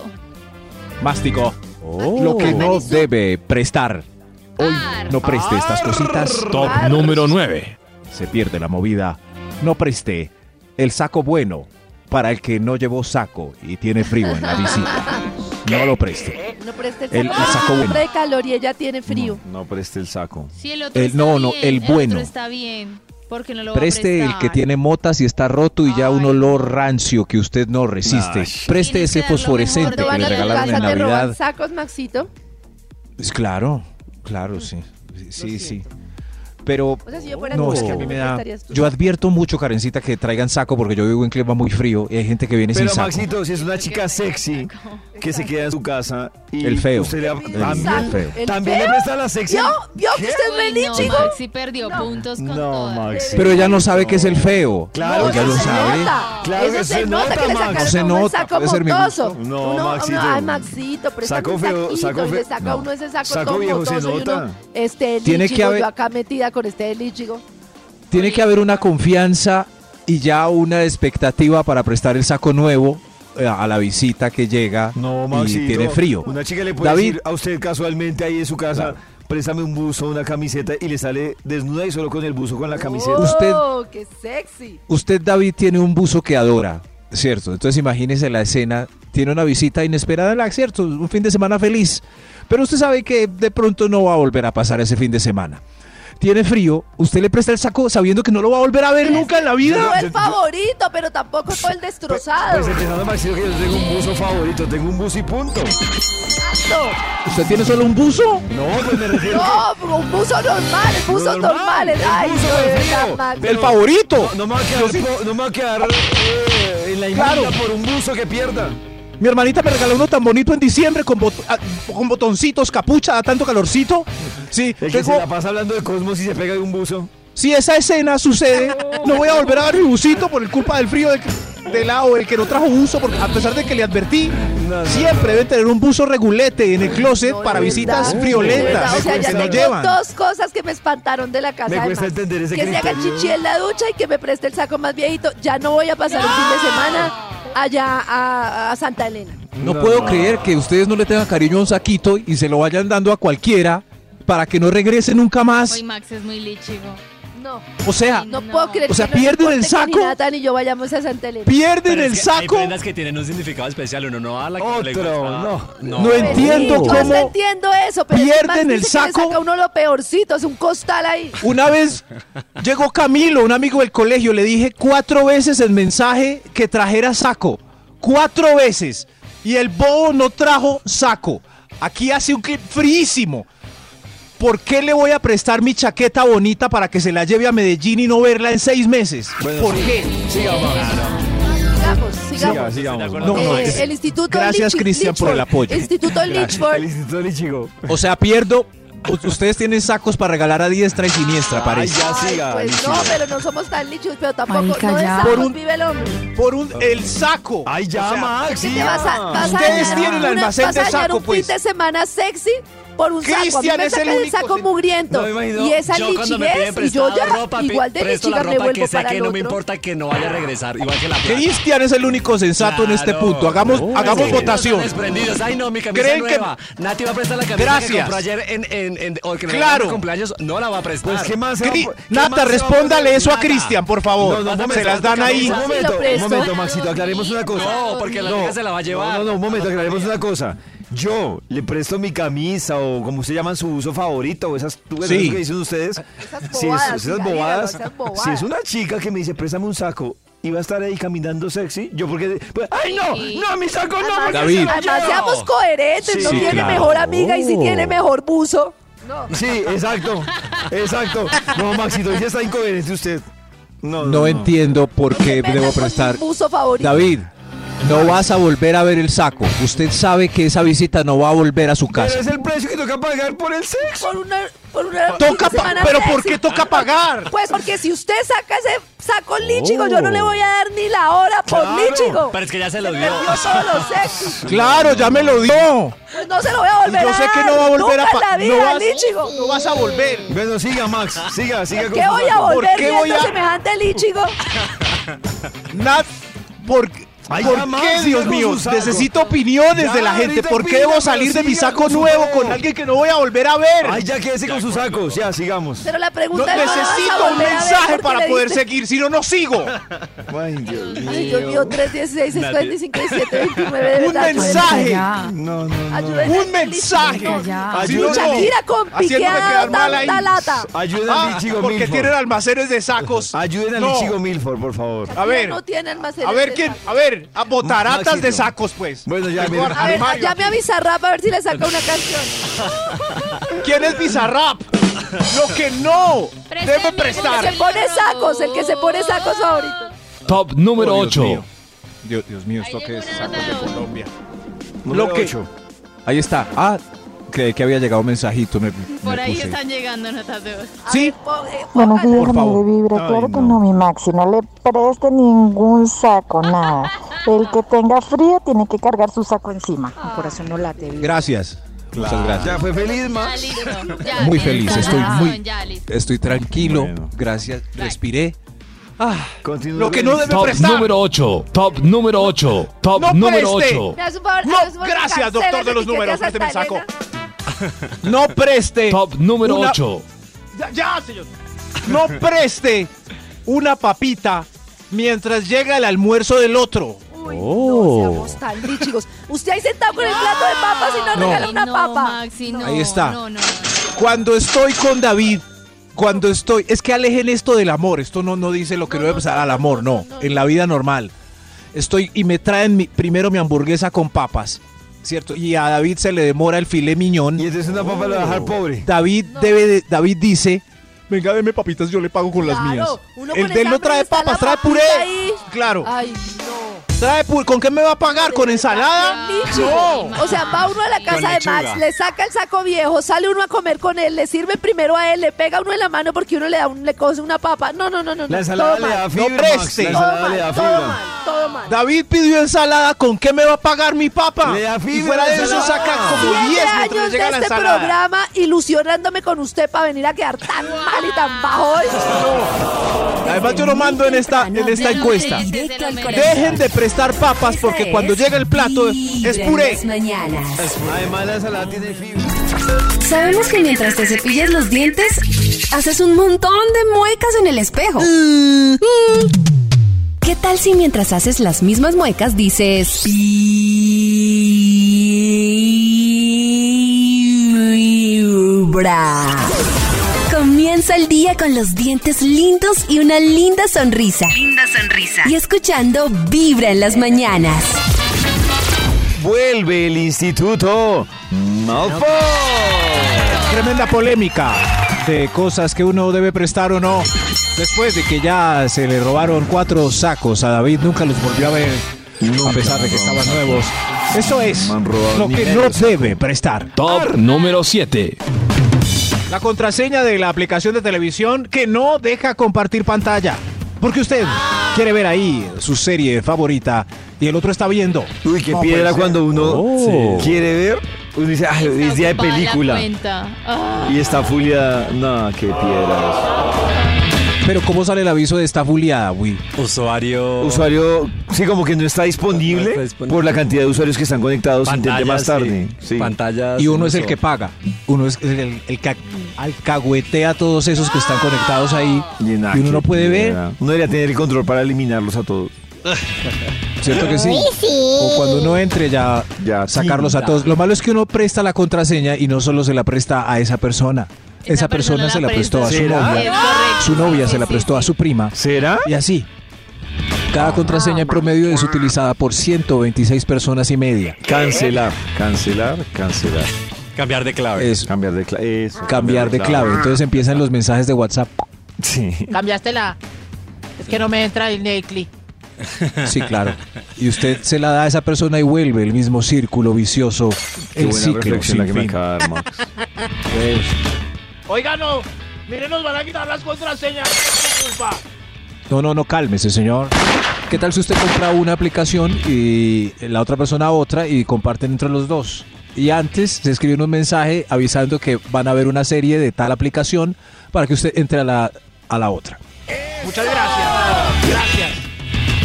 Speaker 7: mástico. Lo que no
Speaker 6: Marisol.
Speaker 7: debe prestar. Hoy
Speaker 6: Ar.
Speaker 7: no preste estas cositas.
Speaker 5: Top Ar. número
Speaker 7: 9. Se pierde la movida. No preste el saco bueno para el que no llevó saco y tiene frío en la visita. No lo preste.
Speaker 5: No preste el,
Speaker 7: El-
Speaker 5: saco.
Speaker 7: el saco bueno.
Speaker 5: de calor y ella tiene frío.
Speaker 2: No preste el saco.
Speaker 6: Sí, el otro
Speaker 7: El-
Speaker 6: está
Speaker 7: no,
Speaker 6: bien.
Speaker 7: no, el bueno.
Speaker 6: otro está bien. Porque no lo va a
Speaker 7: Preste el que
Speaker 6: prestar.
Speaker 7: tiene motas y está roto y ya un olor rancio que usted no resiste.
Speaker 2: Ay.
Speaker 6: Tiene
Speaker 7: Preste
Speaker 6: que
Speaker 7: ese
Speaker 6: dar lo
Speaker 7: fosforescente
Speaker 6: mejor de
Speaker 7: que
Speaker 6: van
Speaker 7: le
Speaker 6: a tu
Speaker 7: regalaron
Speaker 6: casa,
Speaker 7: en
Speaker 5: te roban
Speaker 7: Navidad.
Speaker 5: sacos, Maxito.
Speaker 7: Es Pues claro, claro, sí. Sí, Sí, sí. Pero
Speaker 5: O sea, si yo fuera
Speaker 7: no,
Speaker 5: tu
Speaker 7: es
Speaker 5: mujer,
Speaker 7: que a mí
Speaker 5: ¿qué
Speaker 7: me da.
Speaker 5: estarías tú?
Speaker 7: Yo advierto mucho, Karencita, que traigan saco porque yo vivo en clima muy frío y hay gente que viene
Speaker 2: Pero
Speaker 7: sin saco.
Speaker 2: Maxito, si es una chica sexy que se queda en su casa y
Speaker 7: El feo.
Speaker 2: usted le-
Speaker 7: El
Speaker 2: también,
Speaker 7: feo.
Speaker 5: ¿El
Speaker 2: también le
Speaker 5: feo?
Speaker 2: presta la sexy.
Speaker 5: ¿Vio? ¿Vio que
Speaker 2: ¿Qué?
Speaker 5: usted me
Speaker 6: Uy, no,
Speaker 5: dijo?
Speaker 6: Maxi perdió puntos con
Speaker 2: No,
Speaker 6: todas.
Speaker 2: Max.
Speaker 7: Pero ella no sabe que es el feo.
Speaker 2: Claro,
Speaker 7: ella
Speaker 5: eso
Speaker 7: lo
Speaker 5: se
Speaker 7: sabe.
Speaker 5: nota.
Speaker 2: Claro
Speaker 5: eso
Speaker 2: que
Speaker 5: se,
Speaker 2: se
Speaker 5: nota,
Speaker 2: nota,
Speaker 5: que le
Speaker 2: Max.
Speaker 5: sacaron
Speaker 7: Se
Speaker 5: a uno el
Speaker 7: nota,
Speaker 5: saco
Speaker 7: puede ser mi
Speaker 5: motoso.
Speaker 2: gusto. No,
Speaker 5: uno,
Speaker 2: Maxito.
Speaker 5: Uno, ay, Maxito, pero
Speaker 2: Saco
Speaker 5: saco
Speaker 2: feo,
Speaker 5: feo,
Speaker 2: saco
Speaker 5: Y le
Speaker 2: feo.
Speaker 5: saca
Speaker 7: No.
Speaker 5: uno ese saco,
Speaker 2: Saco
Speaker 5: todo
Speaker 2: viejo se
Speaker 5: motoso y
Speaker 2: nota.
Speaker 5: uno, este
Speaker 7: Tiene
Speaker 5: líchigo,
Speaker 7: que haber-
Speaker 5: yo acá metida con este líchigo.
Speaker 7: Tiene que haber una confianza y ya una expectativa para prestar el saco nuevo eh, a la visita que llega
Speaker 2: No,
Speaker 7: y
Speaker 2: Maxito.
Speaker 7: tiene frío.
Speaker 2: Una chica le puede
Speaker 7: David.
Speaker 2: decir a usted casualmente ahí en su casa, préstame un buzo, una camiseta y le sale desnuda y solo con el buzo con la camiseta.
Speaker 7: Usted-
Speaker 5: Oh, qué sexy.
Speaker 7: Usted, David, tiene un buzo que adora, ¿cierto? Entonces imagínese la escena, tiene una visita inesperada, la- ¿cierto? Un fin de semana feliz. Pero usted sabe que de pronto no va a volver a pasar ese fin de semana. Tiene frío, usted le presta el saco sabiendo que no lo va a volver a ver nunca en la
Speaker 5: No
Speaker 7: vida.
Speaker 5: el favorito, pero tampoco fue el destrozado.
Speaker 2: Pues empezando Maxito que yo tengo un buzo favorito, tengo un buzo y punto.
Speaker 7: ¿Usted tiene solo un buzo?
Speaker 2: No, pues me refiero
Speaker 5: No, un buzo normal, el buzo
Speaker 2: Normal,
Speaker 5: normal.
Speaker 2: el
Speaker 5: Ay,
Speaker 2: buzo
Speaker 5: no,
Speaker 2: de
Speaker 5: de
Speaker 2: frío.
Speaker 5: verdad, Max.
Speaker 7: ¡El favorito!
Speaker 2: No, no me va a quedar, po- no me va a quedar eh, en la inmunda
Speaker 7: Claro.
Speaker 2: por un buzo que pierda.
Speaker 7: Mi hermanita me regaló uno tan bonito en diciembre con, bot- ah, con botoncitos, capucha, da tanto calorcito. Sí,
Speaker 2: El que se
Speaker 7: tengo-
Speaker 2: la pasa hablando de Cosmos y se pega en un buzo.
Speaker 7: Si esa escena sucede, no voy a volver a ver mi bucito por el culpa del frío del, del lado, el que no trajo buzo, porque a pesar de que le advertí,
Speaker 2: No, no.
Speaker 7: siempre debe tener un buzo regulete en el closet
Speaker 5: No, de
Speaker 7: para
Speaker 5: verdad,
Speaker 7: visitas
Speaker 5: de
Speaker 7: friolentas
Speaker 5: verdad, O sea,
Speaker 7: que
Speaker 5: ya
Speaker 7: nos
Speaker 5: tengo
Speaker 7: llevan.
Speaker 5: dos cosas que me espantaron de la casa.
Speaker 2: Me
Speaker 5: de
Speaker 2: cuesta
Speaker 5: Max.
Speaker 2: entender ese
Speaker 5: Que se haga
Speaker 2: criterio.
Speaker 5: chichi en la ducha y que me preste el saco más viejito. Ya no voy a pasar un fin de semana allá a, a Santa Elena.
Speaker 7: No, puedo creer que ustedes no le tengan cariño a un saquito y se lo vayan dando a cualquiera para que no regrese nunca más.
Speaker 6: Hoy Max es muy lichigo.
Speaker 5: No,
Speaker 7: O sea,
Speaker 5: no,
Speaker 6: No.
Speaker 5: puedo creer
Speaker 7: O sea,
Speaker 5: que no le
Speaker 7: pierden
Speaker 5: importe
Speaker 7: el
Speaker 5: que
Speaker 7: saco.
Speaker 5: Ni Nathan y yo vayamos a Santa Elena.
Speaker 7: pierden
Speaker 8: Pero
Speaker 7: el
Speaker 8: es que Hay
Speaker 7: saco.
Speaker 8: prendas que tienen un significado especial. Uno no a la que le
Speaker 2: Otro,
Speaker 8: gusta.
Speaker 2: no.
Speaker 7: No
Speaker 5: Pues sí,
Speaker 7: entiendo
Speaker 5: yo
Speaker 7: cómo
Speaker 5: no entiendo eso, pero es que
Speaker 7: pierden
Speaker 5: Max
Speaker 7: el
Speaker 5: dice que le
Speaker 7: saco.
Speaker 5: saca uno lo peorcito, es un costal ahí.
Speaker 7: Una vez llegó Camilo, un amigo del colegio, le dije cuatro veces el mensaje que trajera saco. Cuatro veces. Y el bobo no trajo saco. Aquí hace un clip fríísimo. ¿Por qué le voy a prestar mi chaqueta bonita para que se la lleve a Medellín y no verla en seis meses? ¿Por qué?
Speaker 5: Sigamos, sigamos.
Speaker 2: sigamos.
Speaker 8: No,
Speaker 2: Max.
Speaker 7: no,
Speaker 5: Eh,
Speaker 7: no, es-
Speaker 5: el Instituto
Speaker 7: Gracias,
Speaker 5: Litchi-
Speaker 7: Cristian, por el
Speaker 5: Litchford.
Speaker 7: apoyo.
Speaker 5: Instituto Litchford.
Speaker 2: El Instituto Lichigo.
Speaker 7: O sea, pierdo. U- Ustedes tienen sacos para regalar a diestra y siniestra, parece.
Speaker 2: ya
Speaker 5: Ay,
Speaker 2: siga,
Speaker 5: Pues
Speaker 2: Lichi.
Speaker 5: no, pero no somos tan lichos, pero tampoco
Speaker 1: Marica,
Speaker 5: no de
Speaker 1: ya.
Speaker 5: sacos
Speaker 7: Por un-
Speaker 5: vive el hombre.
Speaker 7: Por un, el saco.
Speaker 2: Ay, ya,
Speaker 7: O sea,
Speaker 2: Max.
Speaker 5: Si
Speaker 2: sí,
Speaker 5: te vas a,
Speaker 2: ya.
Speaker 5: vas a
Speaker 7: Ustedes
Speaker 5: hallar
Speaker 7: tienen
Speaker 5: una-
Speaker 7: almacén
Speaker 5: vas a
Speaker 7: de
Speaker 5: hallar
Speaker 7: saco,
Speaker 5: un
Speaker 7: pues.
Speaker 5: fin de semana sexy por un saco. A mí
Speaker 7: Cristian
Speaker 5: me
Speaker 7: es el
Speaker 5: sacan el
Speaker 7: único
Speaker 5: saco
Speaker 7: sen-
Speaker 5: mugriento.
Speaker 8: No me imagino.
Speaker 5: y esa
Speaker 8: yo cuando me piden
Speaker 5: lichiguez, y yo
Speaker 8: prestada
Speaker 5: ya
Speaker 8: ropa, pi-
Speaker 5: igual de
Speaker 8: presto la
Speaker 5: lichiga me
Speaker 8: ropa que
Speaker 5: vuelvo
Speaker 8: sé
Speaker 5: para
Speaker 8: que
Speaker 5: el
Speaker 8: no me
Speaker 5: otro.
Speaker 8: importa que no vaya a regresar, igual que la plata.
Speaker 7: Cristian es el único sensato en este
Speaker 8: Claro.
Speaker 7: punto. Hagamos,
Speaker 8: No,
Speaker 7: hagamos
Speaker 8: sí,
Speaker 7: votación.
Speaker 8: no están desprendidos. Ay, no, mi camisa
Speaker 7: ¿Creen que-
Speaker 8: nueva. Nati va a prestar la camisa que
Speaker 7: Gracias.
Speaker 8: compró ayer en, en, en- o que me
Speaker 7: Claro.
Speaker 8: regaló en cumpleaños. No la va a prestar.
Speaker 2: Pues, ¿qué más? se va a-
Speaker 7: Cri-
Speaker 2: qué más se
Speaker 7: Nata,
Speaker 2: va a
Speaker 7: respóndale eso a
Speaker 8: nada.
Speaker 7: Cristian, por favor.
Speaker 2: No, no, un
Speaker 7: se
Speaker 2: momento,
Speaker 7: las dan ahí.
Speaker 2: Un
Speaker 5: Sí,
Speaker 2: momento,
Speaker 5: lo
Speaker 2: un
Speaker 5: presto.
Speaker 2: momento, Maxito, aclaremos una cosa.
Speaker 8: No, porque la vieja se la va a llevar.
Speaker 2: No, no, un momento, aclaremos una cosa. Yo le presto mi camisa o como se llaman su uso favorito o esas tuberías
Speaker 7: Sí.
Speaker 2: que dicen ustedes.
Speaker 5: Esas
Speaker 2: si es-
Speaker 5: bobadas,
Speaker 2: esas
Speaker 5: diga, dígalo,
Speaker 2: bobadas,
Speaker 5: esas bobadas.
Speaker 2: Si es una chica que me dice, préstame un saco y iba a estar ahí caminando sexy. Yo porque... pues, ¡Ay, no!
Speaker 6: Sí.
Speaker 2: ¡No, mi saco no! porque
Speaker 7: David.
Speaker 2: se lo
Speaker 5: Además,
Speaker 2: llevo!
Speaker 5: seamos coherentes.
Speaker 2: Sí,
Speaker 5: no tiene
Speaker 7: claro. Oh.
Speaker 5: mejor amiga y si tiene mejor buzo.
Speaker 2: Sí, exacto. Exacto. No, Maxito, ya está incoherente usted. No,
Speaker 7: No entiendo por qué
Speaker 5: Venga
Speaker 7: debo
Speaker 5: con
Speaker 7: prestar.
Speaker 5: mi buzo favorito.
Speaker 7: David, no vas a volver a ver el saco. Usted sabe que esa visita no va a volver a su
Speaker 2: Pero
Speaker 7: casa.
Speaker 2: es el precio que toca pagar por el sexo.
Speaker 5: Por una, por una
Speaker 3: Toca pa-
Speaker 5: semana
Speaker 3: pero
Speaker 5: sexy.
Speaker 3: ¿por qué toca pagar?
Speaker 5: Pues porque si usted saca ese saco líchico, yo no le
Speaker 7: Oh.
Speaker 5: voy a dar ni la hora por
Speaker 2: Claro,
Speaker 5: líchico.
Speaker 8: Pero es que ya se lo dio.
Speaker 5: Perdió todos los sexos.
Speaker 7: Claro, ya me lo dio.
Speaker 5: Pues no se lo voy a volver
Speaker 3: yo sé
Speaker 5: a
Speaker 3: que
Speaker 5: dar.
Speaker 3: no va a volver a
Speaker 5: Nunca en
Speaker 3: pa-
Speaker 5: la
Speaker 3: no
Speaker 5: vida,
Speaker 3: vas-
Speaker 5: líchico.
Speaker 3: No vas a volver.
Speaker 2: Bueno, siga, Max. Siga, siga con
Speaker 5: ¿Qué
Speaker 2: su
Speaker 5: voy a
Speaker 2: saco.
Speaker 5: volver
Speaker 3: qué voy
Speaker 5: viendo
Speaker 3: a-
Speaker 5: semejante líchico?
Speaker 3: Nat, ¿por,
Speaker 2: Ay,
Speaker 3: ¿por
Speaker 2: ya, Max,
Speaker 3: qué,
Speaker 2: siga
Speaker 3: Dios
Speaker 2: con
Speaker 3: mío?
Speaker 2: su saco.
Speaker 3: Necesito opiniones
Speaker 2: Ya,
Speaker 3: de la gente.
Speaker 2: ahorita
Speaker 3: ¿Por qué
Speaker 2: pide,
Speaker 3: debo
Speaker 2: pero
Speaker 3: salir de mi
Speaker 2: siga
Speaker 3: saco
Speaker 2: con su
Speaker 3: nuevo
Speaker 2: saco.
Speaker 3: con alguien que no voy a volver a ver?
Speaker 2: Ay, ya quédese con sus sacos. Ya, sigamos.
Speaker 5: Pero la
Speaker 3: No,
Speaker 5: pregunta es, ¿no la vas a
Speaker 3: necesito un
Speaker 5: volver a ver
Speaker 3: mensaje
Speaker 5: porque
Speaker 3: para
Speaker 5: le
Speaker 3: poder
Speaker 5: diste-
Speaker 3: seguir, si no, no sigo.
Speaker 2: Ay, Dios mío.
Speaker 5: Ay, Dios mío, 3, 16, 6, 45, 17, 29, de
Speaker 3: Un
Speaker 5: verdad, ayúdenme.
Speaker 3: mensaje.
Speaker 2: No, no, no.
Speaker 5: Ayúdenme,
Speaker 3: Un
Speaker 5: Lichico,
Speaker 3: mensaje.
Speaker 5: no.
Speaker 3: Si
Speaker 2: Ayúdenme.
Speaker 3: no, no.
Speaker 5: Shakira con
Speaker 3: Haciéndome
Speaker 5: piqueado
Speaker 3: quedar mal ahí.
Speaker 5: tanta lata.
Speaker 2: Ayuden
Speaker 3: Ah,
Speaker 2: al Ichigo
Speaker 3: porque
Speaker 2: Milford.
Speaker 3: tienen almacenes de sacos.
Speaker 2: Ayuden al
Speaker 3: No.
Speaker 2: Ichigo Milford, por favor.
Speaker 3: A ver,
Speaker 5: No tiene almacenes
Speaker 3: a ver
Speaker 5: de
Speaker 3: quién,
Speaker 5: sacos.
Speaker 3: a ver, a botaratas
Speaker 2: Maxito.
Speaker 3: de sacos, pues.
Speaker 2: Bueno, ya,
Speaker 3: Tengo
Speaker 2: mira.
Speaker 5: A ver,
Speaker 3: armario.
Speaker 5: llame a Bizarrap a ver si le saca una canción.
Speaker 3: ¿Quién es Bizarrap? Lo que no
Speaker 6: Présteme
Speaker 3: debo
Speaker 5: El que
Speaker 3: prestar.
Speaker 5: se pone sacos, el que se pone sacos favorito.
Speaker 8: Top número
Speaker 7: Oh, Dios
Speaker 8: 8.
Speaker 7: mío. Dios, Dios mío,
Speaker 6: Ahí
Speaker 7: esto que
Speaker 6: llegó
Speaker 7: es
Speaker 6: una
Speaker 7: sacos
Speaker 6: nota
Speaker 7: de
Speaker 6: de voz.
Speaker 7: Colombia.
Speaker 2: Número
Speaker 7: Lo que-
Speaker 2: ocho.
Speaker 7: Ahí está. Ah, creí que había llegado un mensajito. me-
Speaker 6: Por
Speaker 7: me
Speaker 6: ahí
Speaker 7: puse.
Speaker 6: están llegando notas de voz.
Speaker 7: Sí,
Speaker 9: Buenos días,
Speaker 7: Por
Speaker 9: familia
Speaker 7: favor.
Speaker 9: Vibra.
Speaker 2: Ay,
Speaker 9: claro que
Speaker 2: no.
Speaker 9: no, mi Maxi. No le preste ningún saco, nada. El que tenga frío tiene que cargar su saco encima. Mi corazón no late, Vibra.
Speaker 7: gracias. Muchas gracias.
Speaker 2: Ya fue feliz,
Speaker 6: Ya,
Speaker 2: Max.
Speaker 6: listo. Ya,
Speaker 7: Muy
Speaker 6: tienes
Speaker 7: feliz,
Speaker 6: toda
Speaker 7: estoy
Speaker 6: la
Speaker 7: muy-
Speaker 6: razón, ya, listo.
Speaker 7: Estoy tranquilo.
Speaker 2: Bueno.
Speaker 7: Gracias. Respiré.
Speaker 2: Continúe.
Speaker 3: Lo que no debe
Speaker 10: Top
Speaker 3: prestar.
Speaker 10: número 8, top número 8, top
Speaker 3: No
Speaker 10: número
Speaker 3: preste.
Speaker 10: 8,
Speaker 5: Me hace un favor,
Speaker 3: No,
Speaker 5: hagas un favor,
Speaker 3: gracias,
Speaker 5: cancela
Speaker 3: doctor de
Speaker 5: ese
Speaker 3: los
Speaker 5: tiquete
Speaker 3: números,
Speaker 5: hasta
Speaker 3: présteme el saco.
Speaker 5: Elena.
Speaker 3: No preste.
Speaker 10: top número
Speaker 3: Una-
Speaker 10: 8.
Speaker 3: Ya, ya, señor. No preste una papita mientras llega el almuerzo del otro.
Speaker 5: Uy, no
Speaker 2: Oh.
Speaker 5: seamos tan lichigos. Usted ahí sentado con el plato de papas y no,
Speaker 6: No.
Speaker 5: regala una
Speaker 6: Ay, no,
Speaker 5: papa.
Speaker 6: Maxi, no,
Speaker 7: Ahí está.
Speaker 6: No, no.
Speaker 7: Cuando estoy con David,
Speaker 3: Cuando estoy, es que alejen esto del amor. Esto no, no dice lo que
Speaker 5: No,
Speaker 3: no, debe
Speaker 5: no,
Speaker 3: pasar
Speaker 5: no,
Speaker 3: al
Speaker 5: no,
Speaker 3: amor,
Speaker 5: no,
Speaker 3: no,
Speaker 5: no, no.
Speaker 3: En la vida normal. Estoy y me traen mi- primero mi hamburguesa con papas, ¿cierto? Y a David se le demora el filé miñón.
Speaker 2: Y entonces una papa la va a dejar pobre.
Speaker 3: David debe, de- David dice, venga, deme papitas, yo le pago con las
Speaker 5: Claro,
Speaker 3: mías.
Speaker 5: uno con
Speaker 3: El
Speaker 5: ese
Speaker 3: de él no
Speaker 5: hambre
Speaker 3: trae
Speaker 5: está la
Speaker 3: papas, trae
Speaker 5: papita
Speaker 3: puré.
Speaker 5: ahí. Ah.
Speaker 3: Claro.
Speaker 5: Ay, no.
Speaker 3: Trae pu- ¿Con qué me va a pagar? ¿Con ensalada?
Speaker 5: Tan lichigo. O sea, va uno a la casa de
Speaker 2: lechuga.
Speaker 5: Max, le saca el saco viejo, sale uno a comer con él, le sirve primero a él, le pega uno en la mano porque uno le da un, le cose una papa. No, no, no, no.
Speaker 2: La
Speaker 5: no,
Speaker 2: ensalada
Speaker 5: todo
Speaker 2: le da
Speaker 5: mal.
Speaker 2: fibra,
Speaker 3: No
Speaker 2: Max.
Speaker 3: preste.
Speaker 2: La
Speaker 5: Todo
Speaker 2: ensalada le da
Speaker 5: mal, todo mal,
Speaker 2: fibra.
Speaker 5: todo mal.
Speaker 3: David pidió ensalada, ¿con qué me va a pagar mi papa?
Speaker 2: Le da
Speaker 3: y
Speaker 2: fibra
Speaker 3: fuera
Speaker 2: la
Speaker 3: de eso
Speaker 2: ensalada.
Speaker 3: saca como
Speaker 5: Siete
Speaker 3: 10
Speaker 5: años
Speaker 3: mientras
Speaker 5: de
Speaker 3: llega la
Speaker 5: este
Speaker 3: ensalada.
Speaker 5: programa ilusionándome con usted para venir a quedar tan mal y tan bajo hoy.
Speaker 3: Además yo lo mando en esta, en esta
Speaker 6: no,
Speaker 3: encuesta.
Speaker 6: sí.
Speaker 1: Directo al corazón.
Speaker 3: Dejen de prestar papas
Speaker 1: Esta
Speaker 3: porque cuando
Speaker 1: es
Speaker 3: llega el plato es
Speaker 1: Vibra en
Speaker 3: puré.
Speaker 1: las mañanas.
Speaker 2: Además, la ensalada tiene fibra.
Speaker 1: Sabemos que mientras te cepillas los dientes, haces un montón de muecas en el espejo. ¿Qué tal si mientras haces las mismas muecas dices... Vibra? Comienza el día con los dientes lindos y una linda sonrisa. Linda sonrisa. Y escuchando Vibra en las mañanas.
Speaker 2: Vuelve el instituto. Malfoy.
Speaker 7: tremenda polémica de cosas que uno debe prestar o no. Después de que ya se le robaron cuatro sacos a David, nunca los volvió a ver, a pesar de que estaban nuevos. Eso es
Speaker 2: Me han robado
Speaker 7: lo
Speaker 2: ni
Speaker 7: que
Speaker 2: medio
Speaker 7: no
Speaker 2: saco.
Speaker 7: debe prestar. Ah.
Speaker 10: Top número 7.
Speaker 7: La contraseña de la aplicación de televisión que no deja compartir pantalla. Porque usted quiere ver ahí su serie favorita y el otro está viendo.
Speaker 2: Uy, qué
Speaker 7: No puede
Speaker 3: pues,
Speaker 2: piedra
Speaker 7: ser.
Speaker 3: eh.
Speaker 2: cuando uno
Speaker 7: Oh.
Speaker 2: quiere ver. Uno dice, ay, es día de
Speaker 6: Ocupada la
Speaker 2: película.
Speaker 6: cuenta. Ah,
Speaker 2: Y está fulia. No, qué piedra.
Speaker 7: Pero ¿cómo sale el aviso de esta fuliada, güey?
Speaker 8: Usuario.
Speaker 2: Usuario, sí, como que no está disponible,
Speaker 8: No está disponible.
Speaker 2: por la cantidad de usuarios que están conectados. Intente más tarde.
Speaker 8: sí.
Speaker 2: Sí.
Speaker 8: Pantallas.
Speaker 7: Y uno es el
Speaker 8: uso.
Speaker 7: que paga. Uno es el, el, el que alcahuetea a todos esos que están conectados ahí. Y,
Speaker 2: nada,
Speaker 7: uno
Speaker 2: qué
Speaker 7: no puede ver.
Speaker 2: piedra. Uno debería tener el control para eliminarlos a todos.
Speaker 7: ¿Cierto que sí? O cuando uno entre ya,
Speaker 2: Ya,
Speaker 7: sacarlos a todos. Lo malo es que uno presta la contraseña y no solo se la presta a esa persona. Esa, persona, se la prestó a su
Speaker 6: presta.
Speaker 7: novia.
Speaker 6: Es correcto,
Speaker 7: Su novia
Speaker 6: sí,
Speaker 7: se la
Speaker 6: sí,
Speaker 7: prestó
Speaker 6: sí.
Speaker 7: a su prima.
Speaker 2: ¿Será?
Speaker 7: Y así. Cada contraseña en promedio es utilizada por 126 personas y media.
Speaker 2: Cancelar, cancelar, cancelar.
Speaker 8: Cambiar de clave.
Speaker 7: Es
Speaker 2: Cambiar de clave. Eso.
Speaker 7: cambiar de clave. Entonces empiezan los mensajes de WhatsApp.
Speaker 2: Sí.
Speaker 11: Cambiaste la. Es que no me entra el Netflix.
Speaker 7: Sí, claro. Y usted se la da a esa persona y vuelve el mismo círculo vicioso,
Speaker 2: Qué
Speaker 7: el
Speaker 2: buena
Speaker 7: ciclo
Speaker 2: reflexión la que
Speaker 7: sin
Speaker 2: me
Speaker 7: fin.
Speaker 2: acaba de dar, Max.
Speaker 4: Oiga, no. Miren, nos van a quitar las contraseñas. por su culpa.
Speaker 7: No, no, no, cálmese, señor. ¿Qué tal si usted compra una aplicación y la otra persona otra y comparten entre los dos? Y antes se escriben un mensaje avisando que van a ver una serie de tal aplicación para que usted entre a la, a la otra.
Speaker 4: Muchas gracias. Gracias.